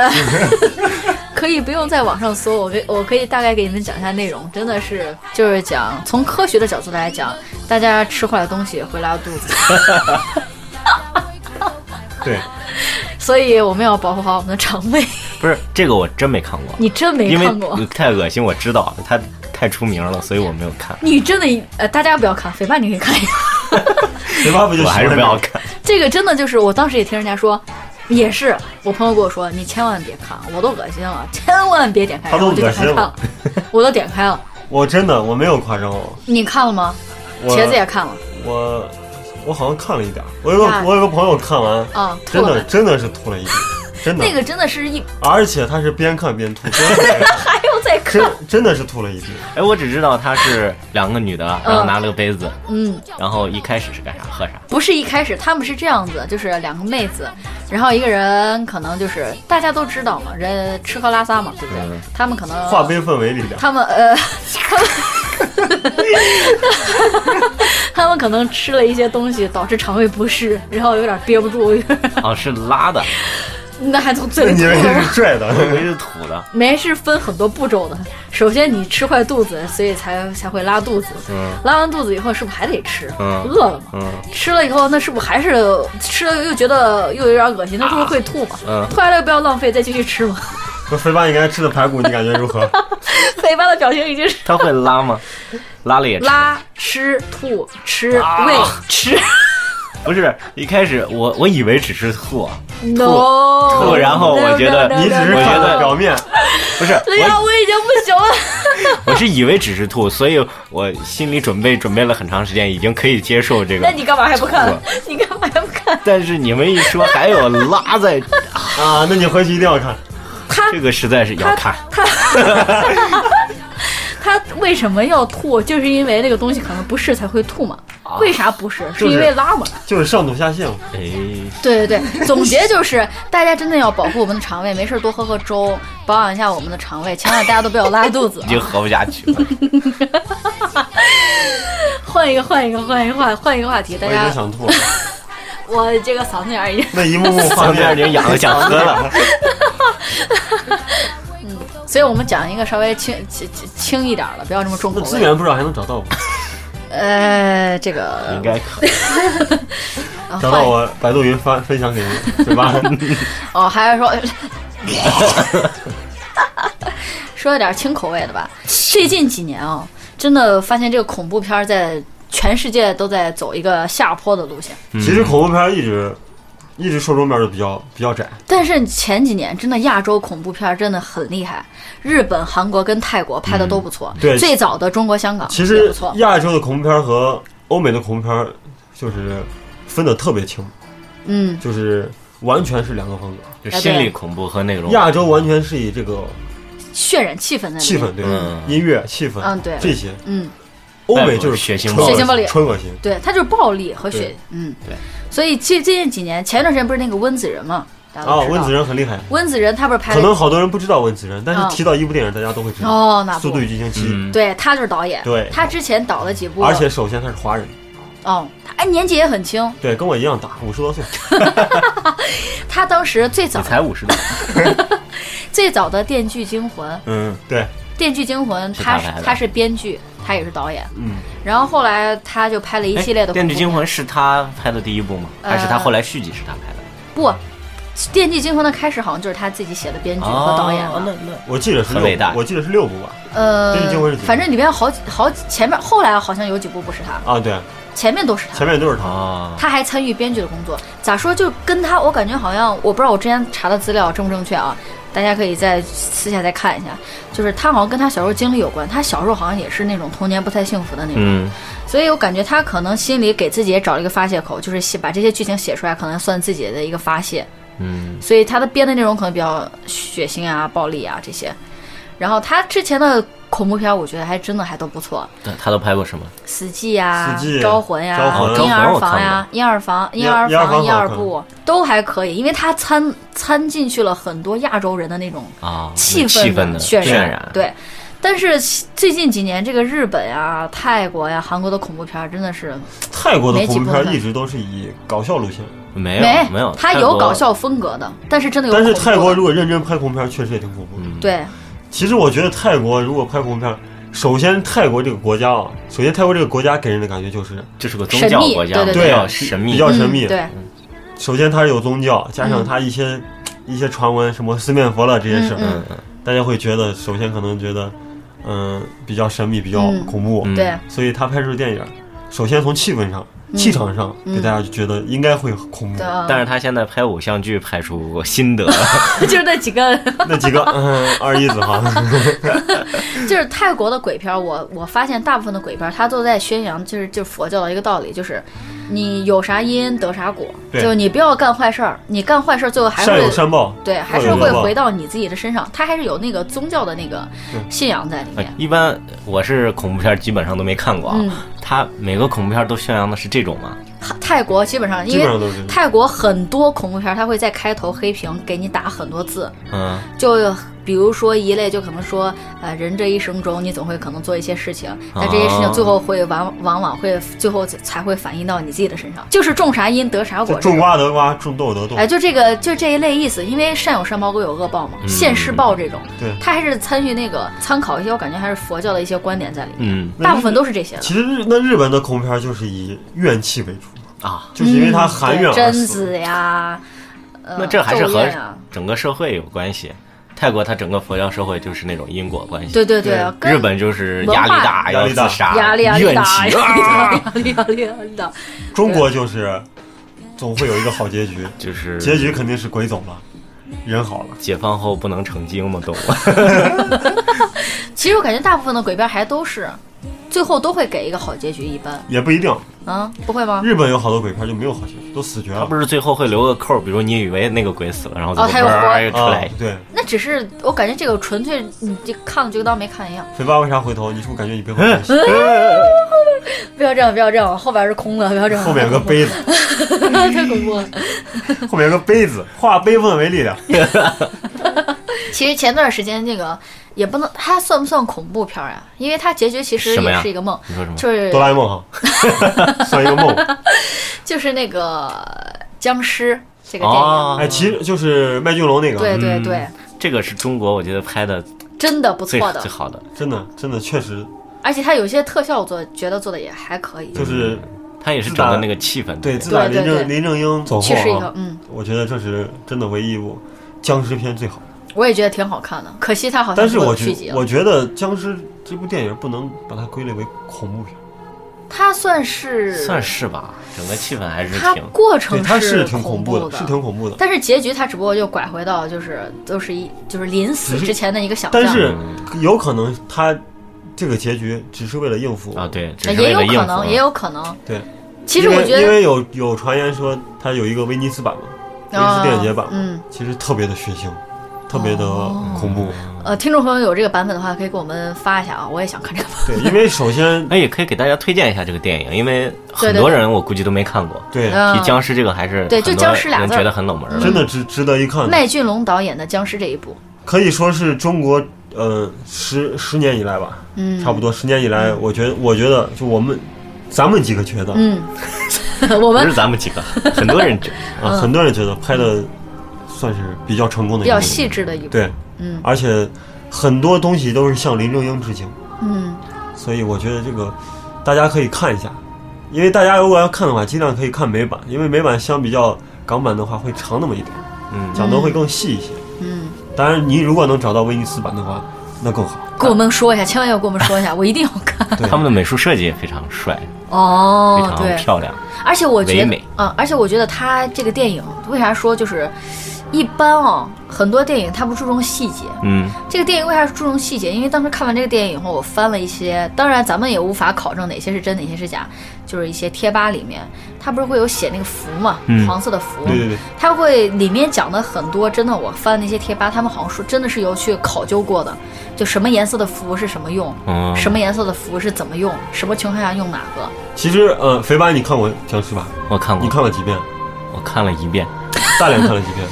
B: [laughs] 可以不用在网上搜，我给我可以大概给你们讲一下内容，真的是就是讲从科学的角度来讲，大家吃坏了东西会拉肚子，
D: [laughs] 对，
B: [laughs] 所以我们要保护好我们的肠胃。 [laughs]
A: 不是这个，我真没看过，
B: 你真没
A: 因
B: 看过
A: 为？太恶心，我知道它太出名了，所以我没有看。
B: 你真的呃，大家不要看，肥爸你可以看一下， [laughs]
D: 嘴巴不就
A: 我还是
D: 喜欢
A: 不要
D: 这个
A: 看。
B: 这个真的就是我当时也听人家说。也是，我朋友跟我说，你千万别看，我都恶心了，千万别点开。
D: 他都
B: 然后我就点开
D: 恶心
B: 看
D: 了
B: 了，我都点开了。
D: 我真的我没有夸张哦，
B: 你看了吗？
D: 我
B: 茄子也看了
D: 我我好像看了一点儿，我有个
B: 呀
D: 我有个朋友看完，
B: 啊，吐
D: 真
B: 了
D: 的
B: 吗。
D: 真的是吐了一地，真的
B: 那，个真的是一
D: 而且他是边看边吐，边看边吐
B: 还要再看，
D: 真真的是吐了一地。
A: 哎，我只知道它是两个女的，然后拿了个杯子，
B: 嗯，
A: 然后一开始是干啥？喝啥？
B: 不是一开始他们是这样子，就是两个妹子，然后一个人可能就是大家都知道嘛，人吃喝拉撒嘛，对不对？
A: 嗯
B: 他们可能
D: 化悲愤为力量，
B: 他们呃，他们他们可能吃了一些东西，导致肠胃不适，然后有点憋不住，有点
A: 哦，是拉的，
B: [laughs] 那还从嘴里
D: 你以
B: 吐
D: 为
B: 了吗？
D: 是拽的？
A: [laughs] 没是土的，
B: 酶是分很多步骤的。首先你吃坏肚子，所以才才会拉肚子。
A: 嗯
B: 拉完肚子以后是不是还得吃？
A: 嗯
B: 饿了嘛？
A: 嗯
B: 吃了以后，那是不是还是吃了又觉得又有点恶心？那是不是会吐嘛？
A: 嗯
B: 吐完了不要浪费，再继续吃嘛。
D: 那肥八你刚才吃的排骨，你感觉如何？
B: [laughs] 肥妈的表情已经是
A: 它会拉吗？拉了也吃
B: 拉、吃、吐、吃、喂、
A: [laughs]
B: 吃。
A: 不是一开始我我以为只是吐啊，
B: no，
A: 吐然后我觉得
B: no, no, no,
D: 你只是
B: no, no,
D: 看
B: no
D: 了表面，
A: 不是
B: [laughs] 对哎呀，
A: 我
B: 我已经不
A: [laughs]
B: 行了。
A: 我是以为只是吐，所以我心理准备准备了很长时间，已经可以接受这个
B: 那。你干嘛还不看
A: 吐？
B: [laughs] 你干嘛还不看？
A: 但是你们一说还有拉在，
D: 啊，那你回去一定要看。
B: 他
A: 这个实在是要
B: [laughs]
A: 看，
B: 他为什么要吐？就是因为那个东西可能不是才会吐嘛。
A: 啊
B: 为啥不是？是因为拉嘛。
D: 就是上吐下泻嘛，
A: 哎，
B: 对对对，总结就是，大家真的要保护我们的肠胃，没事儿多喝喝粥，保养一下我们的肠胃，千万大家都不要拉肚子啊
A: 已。经喝不下去
B: [laughs]
A: 了。
B: 换一个，换一个，换一个，换换一个话题，
D: 我
B: 大
D: 已
B: 家
D: 经，想吐了。
B: 我这个嗓子眼儿已经，
D: 那一幕幕画
A: 旁边
D: 面
A: 已，经
D: [laughs]
A: 痒的想喝了，
B: 所以我们讲一个稍微轻轻轻一点儿的，不要这么重口
D: 那
B: 味。
D: 资源不知道还能找到不？
B: 呃，这个
A: 应该可以。
B: 啊
D: 嗯找
B: 换
D: 到
B: 一个
D: 我百度云发分享给你，对
B: [laughs]
D: 吧？嗯
B: 哦，还
D: [laughs]
B: 是说。说一点轻口味的吧。最近几年啊、真的发现这个恐怖片儿在全世界都在走一个下坡的路线。
A: 嗯
D: 其实恐怖片儿一直一直受众面儿都比较比较窄，
B: 但是前几年真的亚洲恐怖片儿真的很厉害，日本、韩国跟泰国拍的都不错。
D: 嗯对
B: 最早的中国香港
D: 其
B: 也
D: 实
B: 不错。
D: 亚洲的恐怖片儿和欧美的恐怖片儿就是分得特别清，
B: 嗯，
D: 就是完全是两个风格。
A: 就心理恐怖和那种
D: 亚洲完全是以这个
B: 渲染气氛在里面。
D: 气氛，对、
A: 嗯
D: 音乐、气氛，
B: 嗯对
D: 这些。
B: 嗯，
D: 欧美就是
A: 血腥
D: 纯
A: 暴
B: 力血腥暴力
D: 纯恶心。
B: 对，它就是暴力和血
D: 对。
B: 嗯，
A: 对。
B: 所以最最近几年，前一段时间不是那个温子仁嘛，大家
D: 啊
B: 嗯都知，道。
D: 温子仁很厉害，
B: 温子仁他不是拍
D: 可
B: 了
D: 能好多人不知道温子仁，但
B: 嗯
D: 是提到一部电影，大家都会知道
B: 哦哪
D: 《
B: 部
D: 速度与激情七》。
A: 嗯
B: 对他就是导演，
D: 对
B: 他之前导了几部，
D: 而且首先他是华人，
B: 哦，他哎年纪也很轻，
D: 对，跟我一样大，五十多岁。
B: 他当时最早
A: 你才五十多，
B: 最早的《电锯惊魂》，《
D: 嗯，对，
B: 电锯惊魂》
A: 是他
B: 他是
A: 拍的
B: 他是编剧，他也是导演，
D: 嗯，
B: 然后后来他就拍了一系列的
A: 哎电锯
B: 恐
A: 惊
B: 怖呃
A: 魂》是他拍的第一部吗？还是他后来续集是他拍的？
B: 不，《电锯惊魂》的开始好像就是他自己写的编剧和导演啊
A: 哦
B: 了，
A: 那那
D: 我记得是
A: 很伟
D: 六
A: 大
D: 部，我记得是六部吧？电锯惊魂
B: 呃
D: 是，几部
B: 反正里面好几好几前面后来好像有几部不是他，
D: 啊，对，
B: 前面都是他，
D: 前面都是他。
A: 啊，
B: 他还参与编剧的工作。咋说？就跟他，我感觉好像，我不知道我之前查的资料正不正确啊，大家可以再私下再看一下。就是他好像跟他小时候经历有关，他小时候好像也是那种童年不太幸福的那种，
A: 嗯，
B: 所以我感觉他可能心里给自己也找了一个发泄口，就是写把这些剧情写出来，可能算自己的一个发泄。
A: 嗯，
B: 所以他的编的内容可能比较血腥啊、暴力啊这些。然后他之前的恐怖片，我觉得还真的还都不错，
A: 他他都拍过什么？
B: 《死寂》呀，
D: 死寂
B: 招魂》呀，
D: 招魂
B: 婴
A: 招
B: 儿房》
A: 魂我看
B: 呀
A: 过，
B: 《婴儿房》《
D: 婴
B: 婴 [laughs] 儿
D: 婴儿
B: 房》
D: 房
B: 《婴儿
D: 好看
B: 部》都还可以，因为他参参进去了很多亚洲人的那种
A: 啊，
B: 气
A: 氛气
B: 氛
A: 的
B: 渲
A: 染，，
B: 对。但是最近几年，这个日本呀、泰国呀、韩国的恐怖片儿真的是
D: 泰国的恐怖
B: 没几部
D: 片
B: 呢
D: 一直都是以搞笑路线，
A: 没
B: 没
A: 有没有，
B: 它
A: 泰
B: 有
A: 国
B: 搞，笑风格的，但是真的有
D: 但是
B: 恐
D: 泰
B: 怖
D: 国
B: 的
D: 如果认真拍恐怖片，确实也挺恐怖的。
A: 嗯
B: 对
D: 其实我觉得泰国如果拍恐怖片，首先泰国这个国家啊，首先泰国这个国家给人的感觉就是，
A: 这是个宗教国家，
B: 神秘对
A: 比
D: 对
A: 较
D: 对
A: 神秘，
D: 比较神秘
B: 嗯、对
D: 首先它是有宗教，加上它一些、一些传闻，什么四面佛了这些事儿，
B: 嗯
D: 大家会觉得，首先可能觉得，嗯、比较神秘，比较
B: 嗯
D: 恐怖，
A: 嗯
B: 对，
D: 所以他拍出电影，首先从气氛上、气场上，给大家觉得应该会恐怖。
B: 的，
A: 但是他现在拍偶像剧拍出过心得，
B: [laughs] 就是那几个
D: [laughs] 那几个，嗯，二一子哈，
B: 就是泰国的鬼片儿，我我发现大部分的鬼片儿，它都在宣扬就是就是佛教的一个道理，就是你有啥因得啥果，
D: 对
B: 就你不要干坏事儿，你干坏事儿最后还
D: 善
B: 会
D: 有善报。
B: 对，还
D: 恶
B: 是
D: 有
B: 会
D: 恶报
B: 回到你自己的身上，它还是有那个宗教的那个信仰在里面。
A: 一般我是恐怖片基本上都没看过啊
B: 嗯，
A: 他每个恐怖片都宣扬的是这种吗？
B: 泰泰国基本上因
D: 基本上都
B: 为
D: 是
B: 泰国很多恐怖片儿，它会在开头黑屏给你打很多字，
A: 嗯，
B: 就比如说一类就可能说，呃，人这一生中你总会可能做一些事情，但这些事
A: 哦
B: 情最后会往往往会最后才会反映到你自己的身上，就是种啥因得啥果这种。
D: 种瓜得瓜，种豆得豆。
B: 哎，就这个，就这一类意思，因为善有善报，恶有恶报嘛，现世报这种，
D: 嗯对
B: 他还是参与那个参考一些，我感觉还是佛教的一些观点在里面，
A: 嗯
B: 大部分都是这些的。
D: 其实日那日本的恐怖片儿就是以怨气为主，
A: 啊，
D: 嗯就是因为它含怨而
B: 嗯贞
D: 死。
B: 子呀，呃，
A: 那这还是
B: 咒
A: 和
B: 怨啊
A: 整个社会有关系。泰国它整个佛教社会就是那种因果关系，
B: 对对对啊，跟
A: 日本就是
B: 文
A: 压力
B: 化
A: 大，
D: 压
A: 要
D: 力大
A: 自杀，
B: 压力压力
A: 怨
B: 大，
A: 气，
B: 压
A: 啊
B: 力大， [laughs] 压力大，压力大压力大。
D: 中国就是总会有一个好结局，
A: 就是
D: 结局肯定是鬼走了，人好了。
A: 解放后不能成精嘛，懂
D: 啊
A: 吗？
B: 其实我感觉大部分的鬼片还都是，最后都会给一个好结局，一般
D: 也不一定，
B: 啊，不会吗？
D: 日本有好多鬼片就没有好结局，都死绝
A: 他
D: 了。
A: 不是最后会留个扣儿，比如你以为那个鬼死了，然后怎
B: 哦
A: 么
B: 他又活哦
A: 嘣又出
D: 啊
A: 来，，
D: 对，
B: 那只是我感觉这个纯粹你这看了就当没看一样。
D: 肥爸为啥回头？你是不是感觉你背后有东西
A: 嗯
B: 不要这样，不要这样，后边是空的，不要这样。
D: 后面有个杯子，
B: [laughs] 太恐怖了。
D: 后面有个杯子，化悲愤为力量。
B: 其实前段时间那个也不能，它算不算恐怖片儿啊？因为它结局其实
A: 什么
B: 也
A: 呀
B: 是一个梦，
A: 你说什么？
B: 就是
D: 哆啦 A 梦
B: [laughs]
D: 哈，算一个梦。
B: 就是那个僵尸这个电影，
A: 哦
D: 哎，其实就是麦浚龙那
B: 对
D: 个，
B: 对对，
A: 这个是中国我觉得拍的
B: 真的不
A: 最
B: 错的
A: 最，好的，
D: 真的真的确实
B: 而且它有些特效我做觉得做的也还可以，
D: 就是
A: 它也是整个那个气氛。
D: 对。自打
B: 嗯对
D: 林
B: 对
D: 正
B: 对
D: 林正英走后
B: 其实一个
D: 啊，
B: 嗯，
D: 我觉得这是真的唯一一部僵尸片最好。
B: 我也觉得挺好看的，可惜它好像
D: 但是我
B: 做
D: 觉
B: 啊续集了啊
D: 我。觉得僵尸这部电影不能把它归类为恐怖片，
B: 它算是
A: 算是吧，整个气氛还是
B: 它
A: 挺
B: 过
D: 对，
B: 程
D: 它
B: 是
D: 挺恐
B: 怖
D: 的，是挺恐怖的。
B: 但是结局它只不过就拐回到就是都是一就是临死之前的一个想
A: 嗯
B: 象，
D: 嗯但是有可能他这个结局只是为了应付
A: 啊，对，只
B: 哎
A: 是为
B: 也有
A: 了应
B: 可
A: 付
B: 能，也有可能。
D: 啊对，
B: 其实
D: 因为
B: 我觉
D: 因
B: 得
D: 为有有传言说它有一个威尼斯版嘛，威尼
B: 啊
D: 斯电影节版，
B: 嗯，
D: 其实特别的血腥，特别的恐怖。
B: 呃，听众朋友有这个版本的话，可以给我们发一下啊，我也想看这个版
D: 对，因为首
B: [laughs]
D: 先
A: 哎，也可以给大家推荐一下这个电影，因为很
B: 对对
A: 多
B: 对
A: 人我估计都没看过。
D: 对，
B: 本。
A: 提僵尸这个还是
B: 对就
A: 很多
B: 僵尸嗯俩
A: 人
B: 字儿
A: 觉得很冷门了。
D: 真的值值得一看
B: 嗯 [laughs]
D: 的，
B: 麦浚龙导演的僵尸这一部，
D: 可以说是中国呃十十年以来吧，
B: 嗯，
D: 差不多十年以来，我觉得我觉得就我们咱们几个觉得，啊
B: 嗯， [laughs] 我
A: 不
B: 们
A: 是咱们几个， [laughs] 很多人
B: [laughs]
A: 觉得
B: 嗯
D: 啊，很多人觉得拍的算是比较成功的，
B: 比较，细致的一部，
D: 对，
B: 嗯
D: 而且很多东西都是向林正英致敬，
B: 嗯，
D: 所以我觉得这个大家可以看一下，因为大家如果要看的话，尽量可以看美版，因为美版相比较港版的话会长那么一点，
A: 嗯
D: 讲的会更细一些。
B: 嗯，
D: 当然，你如果能找到威尼斯版的话，那更好。
B: 给我们说一下，千万要给我们说一下，我一定要看。
D: 对，
A: 他们的美术设计也非常帅，非
B: 哦，
A: 常
B: 对，
A: 漂亮。
B: 而且我觉
A: 唯
B: 得
A: 美，
B: 嗯，而且我觉得他这个电影为啥说就是，一般哦，很多电影他不注重细节。
A: 嗯，
B: 这个电影为啥注重细节？因为当时看完这个电影以后，我翻了一些，当然咱们也无法考证哪些是真，哪些是假，就是一些贴吧里面，他不是会有写那个符嘛，
A: 嗯
B: 黄色的符，
D: 对对对，
B: 他会里面讲的很多，真的我翻那些贴吧，他们好像说真的是有去考究过的，就什么颜色的符是什么用，
A: 哦
B: 什么颜色的符是怎么用，什么情况下用哪个，
D: 其实呃，肥八你看过僵尸吧？
A: 我看
D: 你
A: 过，
D: 看
A: [laughs]
D: 了几遍？
A: 我看了一遍。
D: 大连看了几遍？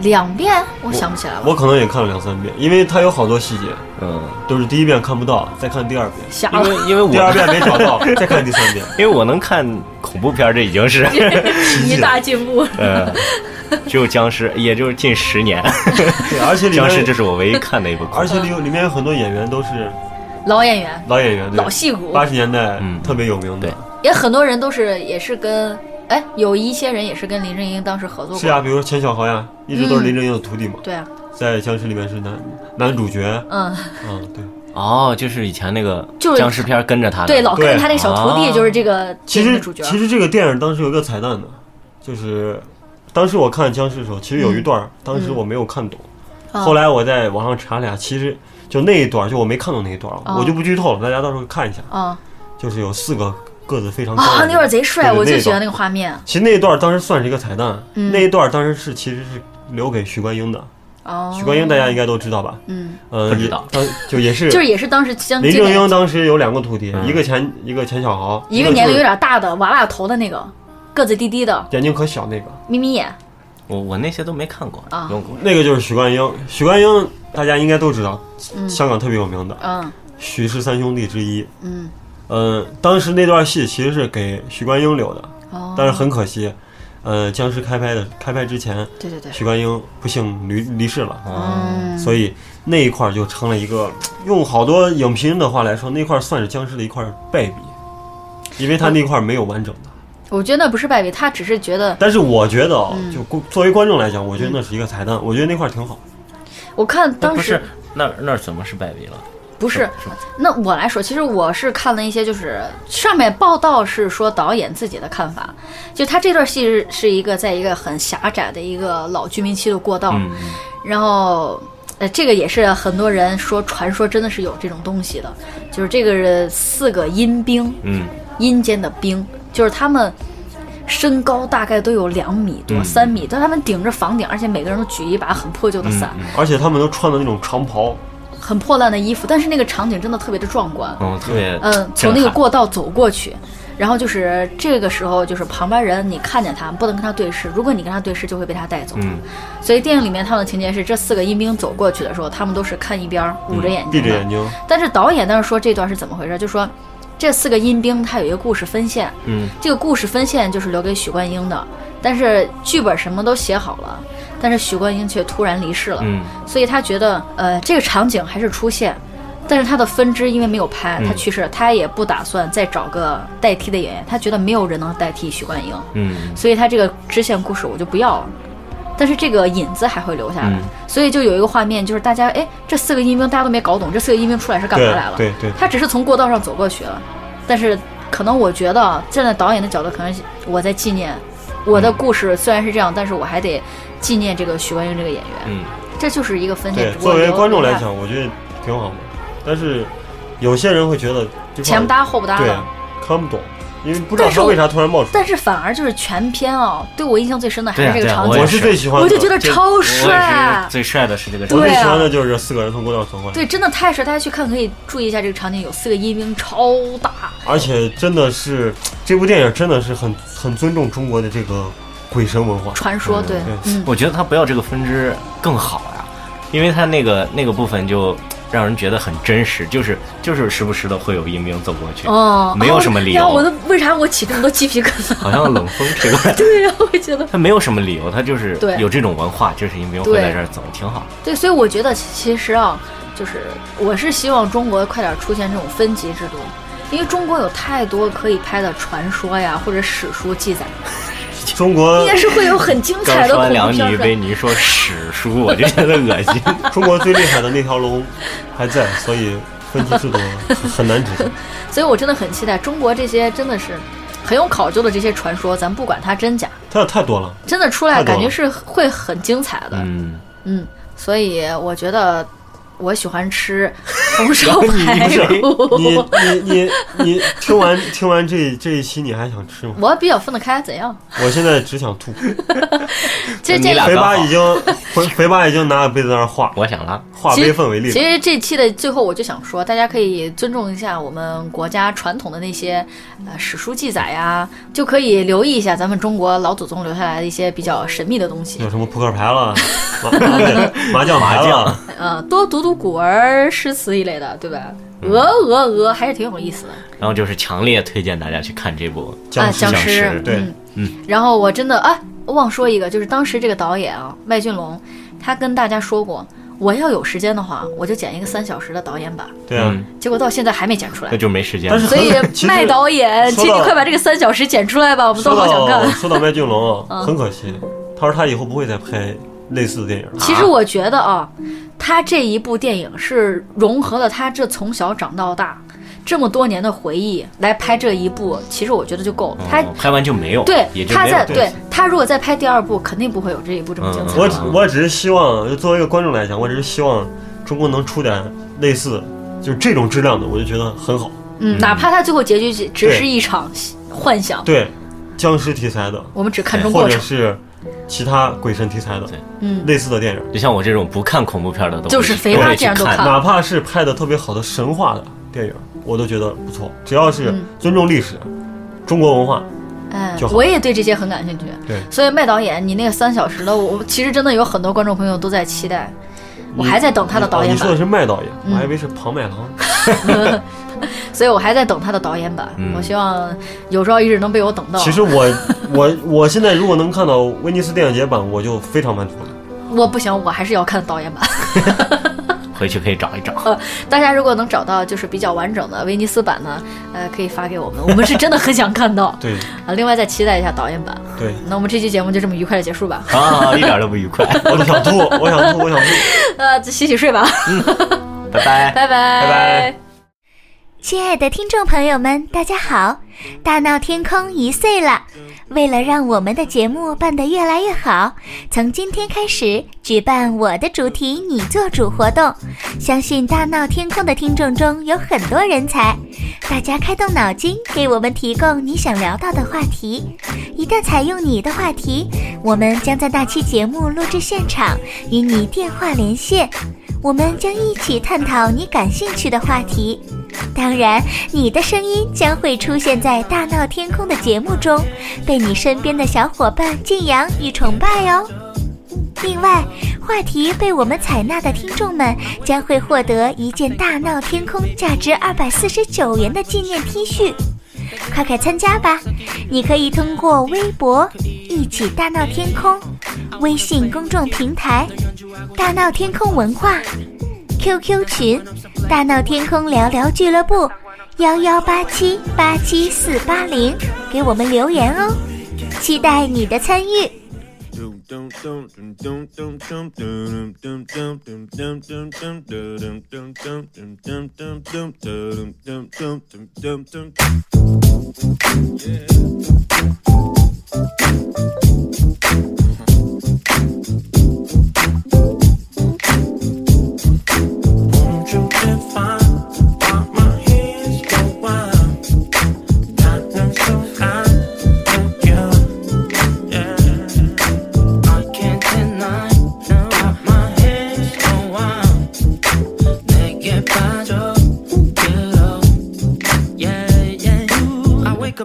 B: 两遍，我想不起来了。
D: 我可能也看了两三遍，因为它有好多细节
A: 嗯，
D: 都是第一遍看不到，再看第二遍，
B: 瞎
A: 因
B: 了，
A: 为因为
D: 第二
A: 我
D: 遍没找到，再看第三遍。
A: [laughs] 因为我能看恐怖片儿，这已经是
B: [laughs] 一大进步。
A: 呃，只有僵尸，也就是近十年
D: 对，而且里
A: [laughs] 僵尸，这
D: 面，
A: 是我唯一看的一部恐怖。
D: 而且里有里面有很多演员都是
B: 老演员，
D: 老演员，对
B: 老戏骨
D: 八十年代
A: 嗯
D: 特别有名的
A: 对。
B: 也很多人都是也是跟哎，有一些人也是跟林正英当时合作
D: 是啊
B: 过。
D: 呀，比如说钱小豪呀，一直都是
B: 嗯
D: 林正英的徒弟嘛，
B: 对啊，
D: 在僵尸里面是男男主角，
B: 嗯，
D: 嗯，对。
A: 哦，就是以前那个
B: 就是
A: 僵尸片儿跟着他的，
B: 对，老跟着
D: 对
B: 他那小徒弟
A: 啊
B: 就是这个
D: 其
B: 电影
D: 实
B: 的主角。
D: 其实这个电影当时有一个彩蛋的，就是当时我看僵尸的时候，其实有一
B: 嗯
D: 段儿、当时我没有看懂，
B: 啊
D: 后来我在网上查了一下，其实就那一段儿，就我没看懂那一段儿，
B: 啊
D: 我就不剧透了，大家到时候看一下，
B: 啊
D: 就是有四个个子非常高的
B: 啊，
D: 人
B: 那会儿贼帅，
D: 对
B: 我就
D: 那
B: 喜欢
D: 一段
B: 那个画面。
D: 其实那一段儿当时算是一个彩蛋，
B: 嗯
D: 那一段儿当时是其实是留给许冠英的，
B: 哦，
D: 许冠英大家应该都知道吧？
B: 嗯，
D: 呃，
A: 不知道
D: 也当就也是
B: [laughs] 就是也是当时将
D: 林正英
B: 近
D: 当时有两个徒弟，
A: 嗯
D: 一个钱一个钱小豪，
B: 一
D: 个
B: 个年龄
D: 就是
B: 有点大的娃娃头的那个，个子低低的
D: 眼睛可小那个。
B: 眯眯眼
A: 我我那些都没看过
B: 啊
A: 不用跟我说
D: 那个就是许冠英，许冠英大家应该都知道，香港特别有名的
B: 嗯
D: 许氏三兄弟之一。
B: 嗯，
D: 嗯，当时那段戏其实是给许冠英留的，
B: 哦，
D: 但是很可惜，呃，僵尸开拍的开拍之前，
B: 对对对，
D: 许冠英不幸离离世了，
B: 嗯，
D: 所以那一块儿就成了一个，用好多影评人的话来说，那块儿算是僵尸的一块败笔，因为他那块儿没有完整的。
B: 我觉得那不是败笔，他只是觉得
D: 但是我觉得啊，就观作为观众来讲，我觉得那是一个彩蛋，我觉得那块儿挺好。
B: 我看当
A: 不
B: 时
A: 是那那怎么是败笔了？
B: 不是，那我来说，其实我是看了一些，就是上面报道是说导演自己的看法，就他这段戏是是一个在一个很狭窄的一个老居民区的过道，
A: 嗯，
B: 然后。呃，这个也是很多人说，传说真的是有这种东西的，就是这个人四个阴兵，
A: 嗯，
B: 阴间的兵，就是他们身高大概都有两米多、
A: 嗯
B: 三米，但他们顶着房顶，而且每个人都举一把很破旧的伞，
A: 嗯
D: 而且他们都穿的那种长袍，
B: 很破烂的衣服，但是那个场景真的特别的壮观。
A: 嗯，特别
B: 嗯，从
A: 震
B: 那个
A: 撼
B: 过道走过去，然后就是这个时候，就是旁边人你看见他，不能跟他对视，如果你跟他对视，就会被他带走。
A: 嗯
B: 所以电影里面他们的情节是，这四个阴兵走过去的时候，他们都是看一边儿，捂着眼
D: 嗯闭
B: 睛
D: 着
B: 的。
D: 眼睛，
B: 但是导演当时说这段是怎么回事，就说这四个阴兵他有一个故事分线，
A: 嗯，
B: 这个故事分线就是留给许冠英的，但是剧本什么都写好了，但是许冠英却突然离世了，
A: 嗯
B: 所以他觉得呃这个场景还是出现，但是他的分支因为没有拍，他去世了，他也不打算再找个代替的演员，他觉得没有人能代替许冠英，
A: 嗯
B: 所以他这个支线故事我就不要了。但是这个引子还会留下来，
A: 嗯
B: 所以就有一个画面，就是大家哎，这四个阴兵大家都没搞懂，这四个阴兵出来是干嘛
D: 对
B: 来了？
D: 对对，
B: 他只是从过道上走过去了，但是可能我觉得站在导演的角度，可能我在纪念我的故事虽然是这样，但是我还得纪念这个许冠英这个演员，
A: 嗯
B: 这就是一个分界。
D: 对
B: 只，不过
D: 作为
B: 留
D: 观众来，
B: 留
D: 讲，我觉得挺好的。但是有些人会觉得这
B: 前不
D: 块儿
B: 搭后不搭
D: 对
B: 的。
D: 看不懂，因为不知道
B: 但是
D: 他
B: 我
D: 为啥突然冒出来。
B: 但是反而就是全片啊，对我印象最深的还
A: 对
B: 是
A: 啊
B: 这个
A: 对啊
B: 场
A: 我也
D: 我
B: 景，
D: 是最喜欢的，
B: 我就觉得超
A: 我也
B: 帅
A: 是。最帅的是这个
D: 我
B: 对
D: 最
B: 啊
D: 喜欢的就是这四个人从过道走过来，
B: 对，真的太帅！大家去看可以注意一下这个场景，有四个阴兵，超大。
D: 而且真的是这部电影真的是很很尊重中国的这个鬼神文化。
B: 传说对，嗯，
A: 我觉得他不要这个分支更好呀，因为他那个那个部分就让人觉得很真实，就是就是时不时的会有阴兵走过去，
B: 哦，
A: 没有什么理
B: 然后我
A: 由，
B: 都为啥我起这么多鸡皮疙瘩？ [laughs]
A: 好像冷风吹过来。
B: 对呀，我觉得
A: 他没有什么理由，他就是
B: 对
A: 有这种文化，就是阴兵会
B: 对
A: 在这儿走，挺好。
B: 对，所以我觉得其实啊，就是我是希望中国快点出现这种分级制度，因为中国有太多可以拍的传说呀，或者史书记载，
D: 中国
B: 应该是会有很精
A: 刚
B: 彩
A: [laughs]
B: 的
A: 说
B: 恐
A: 完
B: 怖
A: 两米
B: 片儿
A: 杯，
B: 的。
A: 你一说史书，我就觉得恶心。
D: 中国最厉害的那条龙还在，所以分级制度很很难执行。
B: 所以我真的很期待中国这些真的是很有考究的这些传说，咱不管它真假，
D: 它太多了，
B: 真的出来
D: 太多
B: 感觉
D: 了
B: 是会很精彩的。
A: 嗯，
B: 嗯，所以我觉得我喜欢吃
A: [laughs]
B: 红烧排
A: 不是
B: 骨。
D: 你你你你听完听完这这一期你还想吃吗？
B: 我比较分得开，怎
A: [laughs]
B: 样？
D: 我现在只
B: [laughs]
D: 想吐。
B: 这
A: 你
B: 这
A: 俩
D: 肥八已经
B: [laughs]
D: 肥肥八已经拿杯子在那儿画
A: 我想了，
D: 化
B: 其实
D: 悲愤为力
B: 其
D: 量。
B: 实这期的最后，我就想说，大家可以尊重一下我们国家传统的那些呃史书记载呀，就可以留意一下咱们中国老祖宗留下来的一些比较神秘的东西
D: 有，什么扑克牌了，麻麻将麻将牌了，
B: 呃，多读读古文、诗词一类的，对吧？
D: 嗯
B: 鹅鹅鹅，还是挺有意思的。
A: 然后就是强烈推荐大家去看这部。
D: 僵尸
B: 啊、僵
A: 僵尸
B: 尸，
D: 对
B: 嗯，然后我真的啊，忘说一个，就是当时这个导演啊，麦浚龙，他跟大家说过，我要有时间的话，我就剪一个三小时的导演版，
D: 对啊。
A: 嗯
B: 结果到现在还没剪
D: [laughs]
B: 出来
A: 那。就没时间了。
D: 但是
B: 所以
D: 其实
B: 麦导演，
D: 说
B: 请你
D: 到
B: 快把这个三小时剪出来吧，我们都
D: 说
B: 好想
D: 到
B: 看。
D: [laughs]
B: 嗯
D: 说到麦浚龙啊，很可惜，他说他以后不会再拍类似的电影了。
B: 其实我觉得啊，他这一部电影是融合了他这从小长到大这么多年的回忆来拍这一部，其实我觉得就够了。他
A: 哦拍完就没有，
B: 对
A: 也就
B: 他
A: 没有
B: 在
A: 对
B: 对他如果再拍第二部，肯定不会有这一部这么精彩
A: 嗯
D: 我
B: 了。
D: 只我只是希望，就作为一个观众来讲，我只是希望中国能出点类似，就是这种质量的，我就觉得很好。
B: 嗯，哪怕他最后结局只只是一场幻想，
D: 对，僵尸题材的，
B: 我们只看中
D: 或
B: 过
D: 者
B: 程。
D: 是其他鬼神题材的
A: 对
B: 嗯，
D: 类似的电影，
A: 就像我这种不看恐怖片的，都
B: 就是
A: 会去
B: 肥妈
A: 都会去
B: 这样都
A: 看
B: 看啊
D: 哪怕是拍的特别好的神话的电影，我都觉得不错。只要是
B: 嗯
D: 尊重历史、中国文化，
B: 哎
D: 就，好
B: 我也对这些很感兴趣。
D: 对
B: 所以麦导演，你那个三小时的，我我其实真的有很多观众朋友都在期待。我还在等他的导
D: 哦
B: 演
D: 你说的
B: 版，嗯
D: 是麦导演，我还以为是庞麦郎。
B: 所以我还在等他的导演版。我希望有朝一日能被我等到。
D: 嗯其实我我我现在如果能看到威尼斯电影节版，我就非常满足了。。
B: 我不行，我还是要看导演版。 [laughs]
A: 回去可以找一找。
B: 呃，大家如果能找到就是比较完整的威尼斯版呢，呃，可以发给我们，我们是真的很想看到
D: [laughs] 对
B: 啊，另外再期待一下导演版。
D: 对，
B: 那我们这期节目就这么愉快的结束吧。 [laughs]
A: 啊，一点都不愉快，
D: 我都想吐，我想吐，我想吐。
B: 呃，洗洗睡吧，
A: 拜拜。
B: 拜拜，拜
D: 拜。
E: 亲爱的听众朋友们，大家好！大闹天空一岁了，为了让我们的节目办得越来越好，从今天开始举办我的主题你做主活动。相信大闹天空的听众中有很多人才，大家开动脑筋，给我们提供你想聊到的话题。一旦采用你的话题，我们将在那期节目录制现场与你电话连线，我们将一起探讨你感兴趣的话题。当然，你的声音将会出现在《大闹天空》的节目中，被你身边的小伙伴敬仰与崇拜哦。另外，话题被我们采纳的听众们将会获得一件《大闹天空》价值二百四十九元的纪念 T 恤，快快参加吧！你可以通过微博“一起大闹天空”、微信公众平台“大闹天空文化”、QQ 群“大闹天空聊聊俱乐部”幺幺八七八七四八零给我们留言哦，期待你的参与。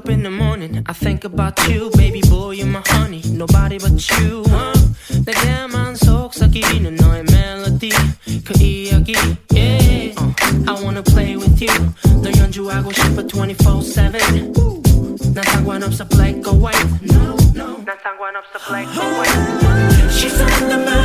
F: In the morning, I think about you, baby boy, you're my honey, nobody but you. Huh? 내게 만 속삭이는 너의 멜로디, 그 이야기. Yeah, uh, I wanna play with you. 너 연주하고 싶어 24/7. 난 상관없어 black or white. No, no, 난 상관없어 black or white.
C: She's on the mind.